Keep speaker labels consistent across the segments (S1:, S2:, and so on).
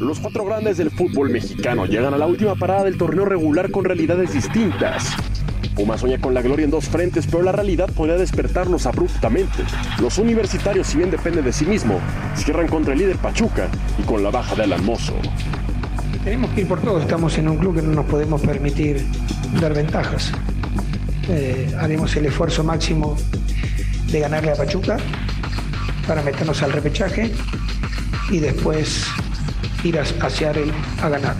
S1: Los cuatro grandes del fútbol mexicano llegan a la última parada del torneo regular con realidades distintas. Pumas sueña con la gloria en dos frentes, pero la realidad podría despertarlos abruptamente. Los universitarios, si bien dependen de sí mismo, cierran contra el líder Pachuca y con la baja de Alan Mozo.
S2: Tenemos que ir por todo, estamos en un club que no nos podemos permitir dar ventajas. Eh, haremos el esfuerzo máximo de ganarle a Pachuca para meternos al repechaje y después ir a, hacia Seattle a ganar.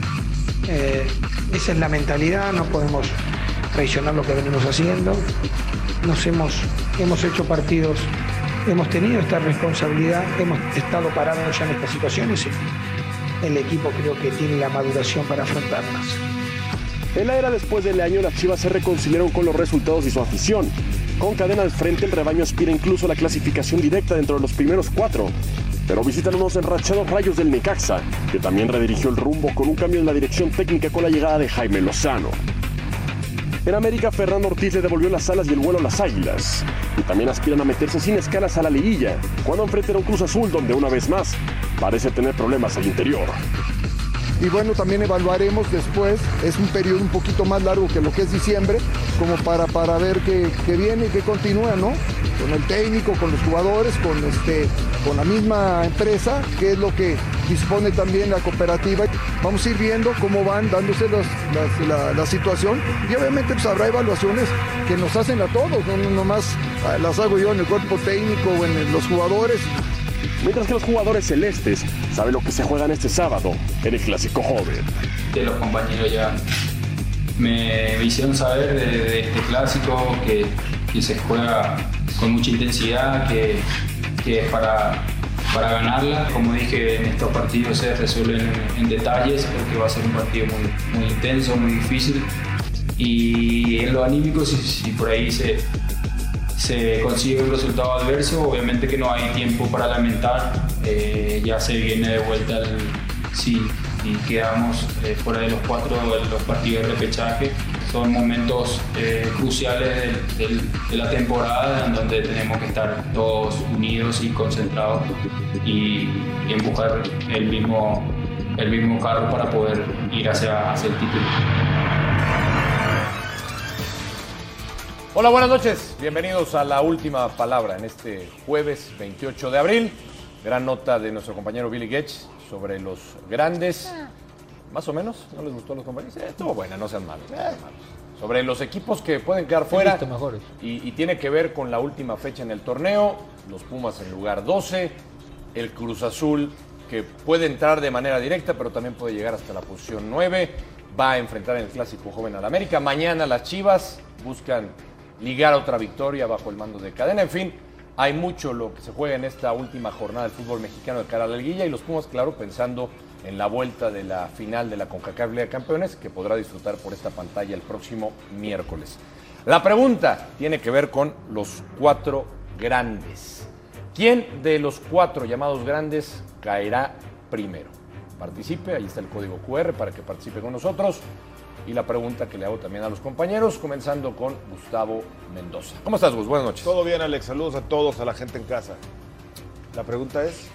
S2: Eh, esa es la mentalidad, no podemos traicionar lo que venimos haciendo. Nos hemos, hemos hecho partidos, hemos tenido esta responsabilidad, hemos estado parados ya en estas situaciones y el equipo creo que tiene la maduración para afrontarlas.
S1: En la era después del año, las Chivas se reconciliaron con los resultados y su afición. Con cadena al frente, el rebaño aspira incluso a la clasificación directa dentro de los primeros cuatro. Pero visitan unos enrachados rayos del Necaxa, que también redirigió el rumbo con un cambio en la dirección técnica con la llegada de Jaime Lozano. En América, Fernando Ortiz le devolvió las alas y el vuelo a las águilas. Y también aspiran a meterse sin escalas a la liguilla, cuando enfrentan a un Cruz Azul donde una vez más parece tener problemas al interior.
S3: Y bueno, también evaluaremos después, es un periodo un poquito más largo que lo que es diciembre, como para, para ver qué, qué viene y qué continúa, ¿no? Con el técnico, con los jugadores, con, este, con la misma empresa, que es lo que dispone también la cooperativa. Vamos a ir viendo cómo van dándose las- las- la, la situación y obviamente pues, habrá evaluaciones que nos hacen a todos, no no nomás ah, las hago yo en el cuerpo técnico o en el- los jugadores.
S1: Mientras que los jugadores celestes saben lo que se juegan este sábado en el Clásico Joven.
S4: que los compañeros ya me, me hicieron saber de, de este clásico que, que se juega con mucha intensidad, que, que es para, para ganarla. Como dije, en estos partidos se resuelven en, en detalles porque va a ser un partido muy, muy intenso, muy difícil. Y en lo anímico, si, si por ahí se, se consigue un resultado adverso, obviamente que no hay tiempo para lamentar, eh, ya se viene de vuelta el, sí, y quedamos eh, fuera de los cuatro de los partidos de repechaje. Son momentos eh, cruciales del- del- de la temporada en donde tenemos que estar todos unidos y concentrados y, y empujar el mismo, el mismo carro para poder ir hacia, hacia el título.
S5: Hola, buenas noches. Bienvenidos a la última palabra en este jueves 28 de abril. Gran nota de nuestro compañero Billy Getch sobre los grandes. Más o menos, ¿no les gustó a los compañeros? Eh, estuvo buena, no sean malos. no
S6: Eh.
S5: sean malos. Sobre los equipos que pueden quedar fuera. Y, y tiene que ver con la última fecha en el torneo. Los Pumas en lugar 12. El Cruz Azul que puede entrar de manera directa, pero también puede llegar hasta la posición 9. Va a enfrentar en el clásico joven al América. Mañana las Chivas buscan ligar otra victoria bajo el mando de cadena. En fin, hay mucho lo que se juega en esta última jornada del fútbol mexicano de cara a la liguilla y los Pumas, claro, pensando en la vuelta de la final de la CONCACAF Liga de Campeones que podrá disfrutar por esta pantalla el próximo miércoles. La pregunta tiene que ver con los cuatro grandes. ¿Quién de los cuatro llamados grandes caerá primero? Participe, ahí está el código QR para que participe con nosotros. Y la pregunta que le hago también a los compañeros, comenzando con Gustavo Mendoza. ¿Cómo estás, Gus? Buenas noches.
S6: Todo bien, Alex. Saludos a todos, a la gente en casa. La pregunta es.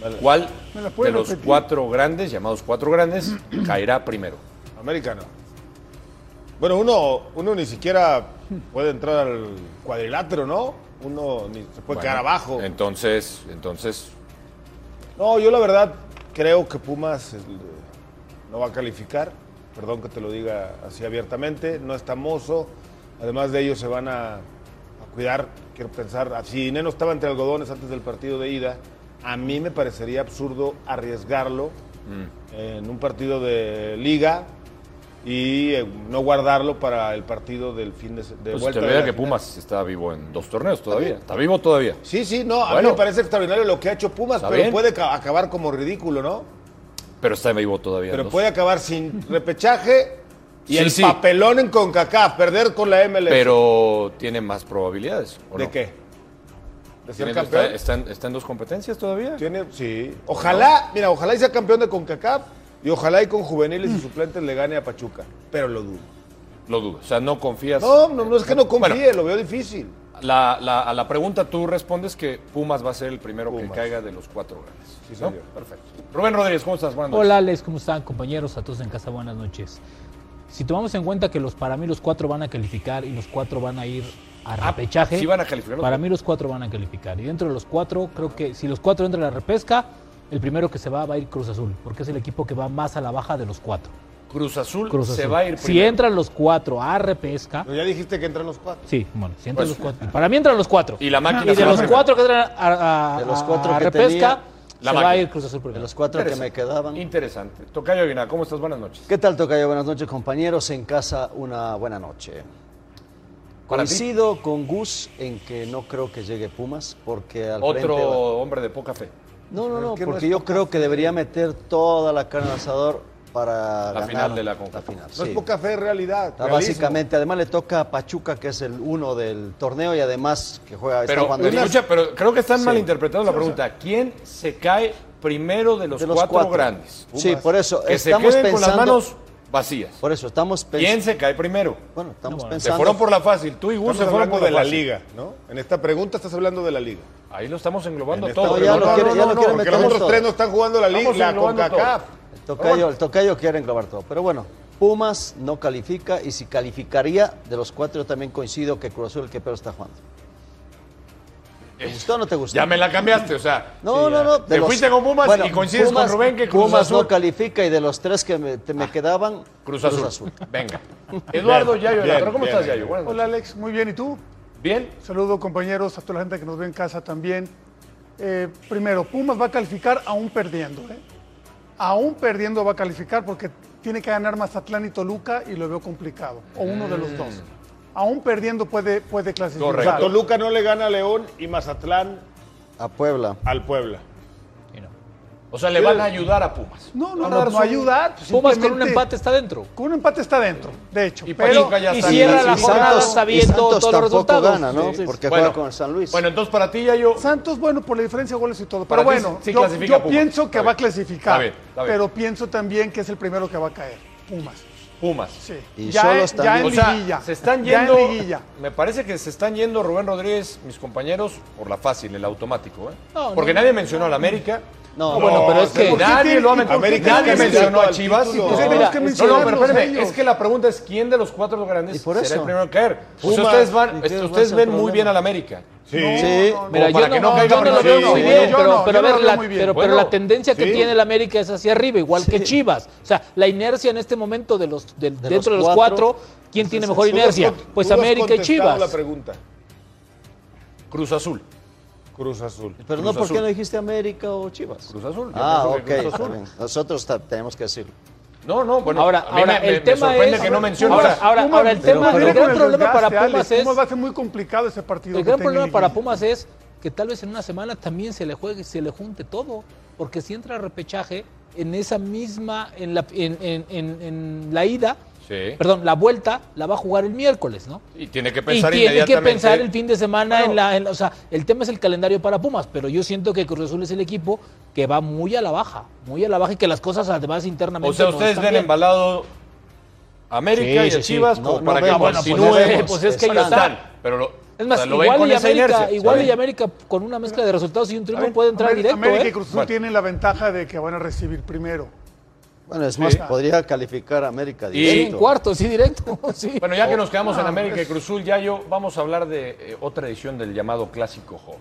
S6: Vale.
S5: ¿Cuál
S6: ¿Me la puede
S5: de los
S6: repetir?
S5: cuatro grandes, llamados cuatro grandes, caerá primero?
S6: América no. Bueno, uno, uno ni siquiera puede entrar al cuadrilátero, ¿no? Uno ni se puede
S5: Bueno,
S6: quedar abajo.
S5: Entonces, entonces,
S6: No, yo la verdad creo que Pumas eh, no va a calificar. Perdón que te lo diga así abiertamente. No está mozo. Además de ellos se van a, a cuidar. Quiero pensar, ah, si Neno estaba entre algodones antes del partido de ida, a mí me parecería absurdo arriesgarlo
S7: Mm.
S6: en un partido de liga y eh, no guardarlo para el partido del fin de, se- de
S5: pues
S6: vuelta.
S5: te
S6: de
S5: olvida
S6: la
S5: que
S6: final.
S5: Pumas está vivo en dos torneos todavía.
S6: bien.
S5: Está vivo todavía.
S6: Sí, sí, no, a mí
S5: Bueno.
S6: me parece extraordinario lo que ha hecho Pumas,
S5: Está
S6: pero
S5: bien.
S6: puede ca- acabar como ridículo, ¿no?
S5: Pero está vivo todavía. en
S6: Pero
S5: dos.
S6: puede acabar sin repechaje y
S5: Sí,
S6: el
S5: sí.
S6: papelón en CONCACAF, perder con la MLS.
S5: Pero tiene más probabilidades. ¿o
S6: ¿De
S5: no?
S6: qué? ¿De
S5: Tiene-
S6: ser
S5: Está,
S6: campeón?
S5: está en, está en dos competencias todavía?
S6: Tiene- sí. Ojalá, mira, ojalá y sea campeón de CONCACAF y ojalá y con juveniles y suplentes le gane a Pachuca, pero lo dudo.
S5: Lo dudo. O sea, no confías.
S6: No, no, no es que no confíe,
S5: Bueno,
S6: lo veo difícil.
S5: la- la- a la pregunta tú respondes que Pumas va a ser el primero que caiga de los cuatro grandes.
S6: Sí,
S5: ¿no?
S6: señor.
S5: Perfecto. Rubén Rodríguez, ¿cómo estás? Buenas noches.
S8: Hola Alex, ¿cómo están compañeros? A todos en casa, buenas noches. Si tomamos en cuenta que los para mí los cuatro van a calificar y los cuatro van a ir a repechaje,
S5: Ah, sí van a calificar los
S8: para
S5: cuatro.
S8: mí los cuatro van a calificar. Y dentro de los cuatro, creo que si los cuatro entran a la repesca, el primero que se va va a ir Cruz Azul, porque es el equipo que va más a la baja de los cuatro.
S5: Cruz Azul
S8: Cruz
S5: se
S8: Azul.
S5: va a ir
S8: si
S5: primero.
S8: entran los cuatro a repesca,
S6: Pero ya dijiste que entran los cuatro.
S8: sí, bueno, si entran
S5: Pues-
S8: los cuatro. Para mí entran los cuatro.
S5: Y la máquina
S8: Y
S5: se
S8: de
S5: va
S8: los
S5: primero.
S8: cuatro que entran a, a-
S9: De los
S8: a-
S9: cuatro
S8: a
S9: que
S8: repesca,
S9: tenía,
S5: la
S8: se va a
S5: máquina.
S8: ir Cruz Azul
S9: De
S8: primero.
S9: los cuatro que me quedaban.
S5: Interesante. Tocayo Aguilar, ¿cómo estás? Buenas noches.
S9: ¿Qué tal, Tocayo? Buenas noches, compañeros. En casa, una buena noche.
S5: Para ti.
S9: Coincido con Gus en que no creo que llegue Pumas, porque al
S5: Otro
S9: frente va-
S5: hombre de poca fe.
S9: No, no,
S6: Pero
S9: no,
S6: es que no
S9: porque
S6: es
S9: yo
S6: poca
S9: creo que debería meter toda la carne al asador para
S5: La
S9: ganar
S5: final de la Conca.
S9: la final.
S6: No
S9: sí.
S6: es poca fe, es realidad.
S9: Está
S6: realismo.
S9: básicamente, además le toca a Pachuca, que es el uno del torneo y además que juega, está
S5: Pero,
S9: jugando bien.
S5: escucha, pero creo que están
S9: Sí.
S5: malinterpretando la pregunta. ¿Quién se cae primero de los,
S9: De los
S5: cuatro,
S9: cuatro.
S5: grandes?
S9: Sí,
S6: Pumas.
S9: por eso
S5: Que se queden
S9: estamos
S5: con las
S9: pensando.
S5: manos vacías.
S9: Por eso estamos
S5: ¿Quién
S9: pensando.
S5: se cae primero?
S9: Bueno, estamos
S5: Se
S9: pensando.
S5: fueron por la fácil. Tú y Gus
S6: Estamos
S5: se fueron
S6: hablando
S5: por
S6: de la
S5: fácil.
S6: liga, ¿no? En esta pregunta estás hablando de la liga.
S5: Ahí lo estamos englobando
S6: En esta-
S5: todo.
S9: No, ya
S5: pero
S9: lo quiere- ya lo quiere
S6: porque
S9: meter
S6: los
S9: en
S6: otros
S9: todo.
S6: tres no están jugando la liga,
S5: Estamos
S6: la
S5: englobando
S6: CONCACAF.
S5: todo.
S9: El tocayo, el tocayo quiere englobar todo. Pero bueno, Pumas no califica y si calificaría, de los cuatro yo también coincido que Cruz Azul el que peor está jugando. ¿Te gustó o Eh, no te gustó?
S5: Ya me la cambiaste, o sea.
S9: No, no,
S5: sí, ya.
S9: no. de
S5: Te
S9: los-
S5: fuiste con Pumas
S9: Bueno,
S5: y coincides
S9: Pumas-
S5: con Rubén que Cruz
S9: Pumas
S5: Azul. Ah,
S9: no califica y de los tres que me, te- me quedaban,
S5: Cruz Azul. Venga. Eduardo Yayo,
S6: bien,
S5: Alejandro, ¿cómo
S6: bien,
S5: estás,
S6: bien.
S5: Yayo? Buenas noches.
S10: Hola Alex, muy bien, ¿y tú?
S5: Bien.
S10: Saludo compañeros, a toda la gente que nos ve en casa también. Eh, primero, Pumas va a calificar aún perdiendo, ¿eh? Aún perdiendo va a calificar porque tiene que ganar Mazatlán y Toluca y lo veo complicado, o uno de los dos. Aún perdiendo puede, puede clasificar.
S6: O sea,
S5: Mm. Correcto.
S6: Toluca no le gana a León y Mazatlán
S9: A Puebla.
S6: al Puebla.
S8: Y no.
S5: O sea, le van a ayudar a Pumas.
S10: No,
S5: Van
S10: no,
S5: a dar
S10: no, no
S5: su-
S10: ayudar. pues,
S8: Pumas con un
S10: simplemente-
S8: empate está dentro.
S10: Con un empate está dentro, de hecho.
S5: Y
S10: pero
S5: Pachuca ya
S8: y
S5: está
S8: cierra
S5: bien.
S8: la
S9: Y
S8: jornada
S9: Santos-
S8: sabiendo
S9: y Santos
S8: todos los
S9: tampoco
S8: resultados.
S9: gana, ¿no?
S8: Sí, sí,
S9: Porque
S5: Bueno.
S9: juega con San Luis.
S5: Bueno, entonces para ti, Yayo.
S10: Santos, bueno, por la diferencia de goles y todo.
S5: Para
S10: Pero
S5: ti
S10: bueno,
S5: sí
S10: yo-
S5: clasifica
S10: yo,
S5: Pumas.
S10: pienso que
S5: Está
S10: va a
S5: bien. Está
S10: clasificar,
S5: bien, está bien.
S10: pero pienso también que es el primero que va a caer, Pumas.
S5: Pumas.
S10: Sí.
S9: Y
S10: ya,
S9: Xolos
S10: ya
S9: también.
S10: en
S5: O sea,
S10: liguilla.
S5: se están
S10: Ya en
S5: yendo.
S10: liguilla.
S5: Me parece que se están yendo Rubén Rodríguez, mis compañeros, por la fácil, el automático. ¿eh?
S8: No,
S5: Porque
S8: no.
S5: nadie mencionó a la América.
S9: No, bueno, pero es que-
S10: ¿por qué
S5: nadie
S10: tiene-
S5: lo ha
S10: y por qué
S5: mencionado.
S6: América
S5: Nadie
S6: es candidato
S5: mencionó a
S6: al
S5: Chivas.
S6: título.
S5: y-
S6: Sí,
S5: No,
S10: tenemos que
S5: no, no, pero
S10: mencionarlos
S5: espérame,
S10: ellos.
S5: es que la pregunta es quién de los cuatro grandes
S9: Y por
S5: será
S9: eso.
S5: el primero en caer. O sea,
S9: Pumas.
S5: ustedes van,
S9: ¿Y qué va a
S5: ustedes
S9: ser
S5: ven
S9: el
S5: muy
S9: problema?
S5: bien a la América.
S6: Sí.
S9: Sí.
S8: Mira,
S5: para
S8: yo
S5: que
S8: no,
S5: no
S8: yo
S5: caiga
S8: no lo
S5: Brasil.
S8: veo muy
S5: Sí,
S8: bien,
S5: yo
S8: pero,
S10: no,
S8: pero
S10: yo no
S8: a
S10: lo
S8: ver,
S10: veo
S8: la,
S10: muy bien.
S8: pero, pero
S5: Bueno.
S8: la tendencia que
S6: Sí.
S8: tiene el América es hacia arriba, igual que Chivas. O sea, la inercia en este momento de los del- dentro de
S9: los
S8: los
S9: cuatro,
S8: cuatro, ¿quién tiene mejor
S6: Tú no has
S8: inercia?
S6: con-
S8: Pues
S6: tú no has
S8: América y
S6: contestado
S8: Chivas.
S6: la pregunta.
S5: Cruz Azul.
S6: Cruz Azul.
S9: Pero no,
S5: Cruz
S9: ¿por qué
S5: Azul.
S9: no dijiste América o Chivas?
S5: Cruz Azul. yo
S9: Ah,
S5: pienso
S9: ok.
S5: que Cruz
S9: está
S5: Azul.
S9: bien. Nosotros ta- tenemos que decirlo.
S5: No, no, bueno.
S8: Ahora,
S5: a mí
S8: ahora,
S5: me,
S8: el
S5: me- me
S8: tema
S5: sorprende
S8: es-
S5: que no mencionas.
S8: Ahora- ahora- ahora el tema-
S10: viene
S8: el gran
S10: con
S8: problema para
S10: desgaste,
S8: Pumas
S10: Alex.
S8: es-
S10: Pumas va a ser muy complicado ese partido.
S8: El
S10: que
S8: gran
S10: tenga en
S8: problema para
S10: liguilla.
S8: Pumas es que tal vez en una semana también se le juegue, se le junte todo, porque si entra repechaje en esa misma, en la, en, en- en- en la ida,
S5: Sí.
S8: perdón, la vuelta la va a jugar el miércoles, ¿no?
S5: Y tiene que
S8: Y
S5: pensar
S8: tiene que
S5: inmediatamente.
S8: pensar el fin de semana en, la, en la- O sea, el tema es el calendario para Pumas, pero yo siento que Cruz Azul es el equipo que va muy a la baja, muy a la baja y que las cosas además internamente.
S5: O sea,
S8: no
S5: ustedes
S8: están
S5: ven
S8: bien.
S5: embalado a América
S8: Sí,
S5: y a
S8: sí, sí.
S5: Chivas
S9: No,
S5: como
S9: no
S5: para que
S9: veo-
S8: bueno, pues,
S5: continúe.
S8: es que- pues, es que
S5: Ahí
S8: ellos
S5: están.
S8: están.
S5: Pero lo,
S8: Es más,
S5: o sea, lo ven
S8: igual,
S5: con
S8: y
S5: esa
S8: América,
S5: inercia.
S8: igual
S5: ¿saben?
S8: y América con una mezcla de resultados y un triunfo puede entrar
S10: América,
S8: directo.
S10: América
S8: ¿eh?
S10: y Cruz Azul
S5: Bueno.
S10: tienen la ventaja de que van a recibir primero.
S9: Bueno, es más, podría calificar a América
S5: Y-
S8: Sí,
S9: directo.
S8: en cuarto, sí, directo. sí. Oh.
S5: Bueno, ya que nos quedamos en América
S8: pues-
S5: y Cruzul, ya yo vamos a hablar de eh, otra edición del llamado Clásico Joven.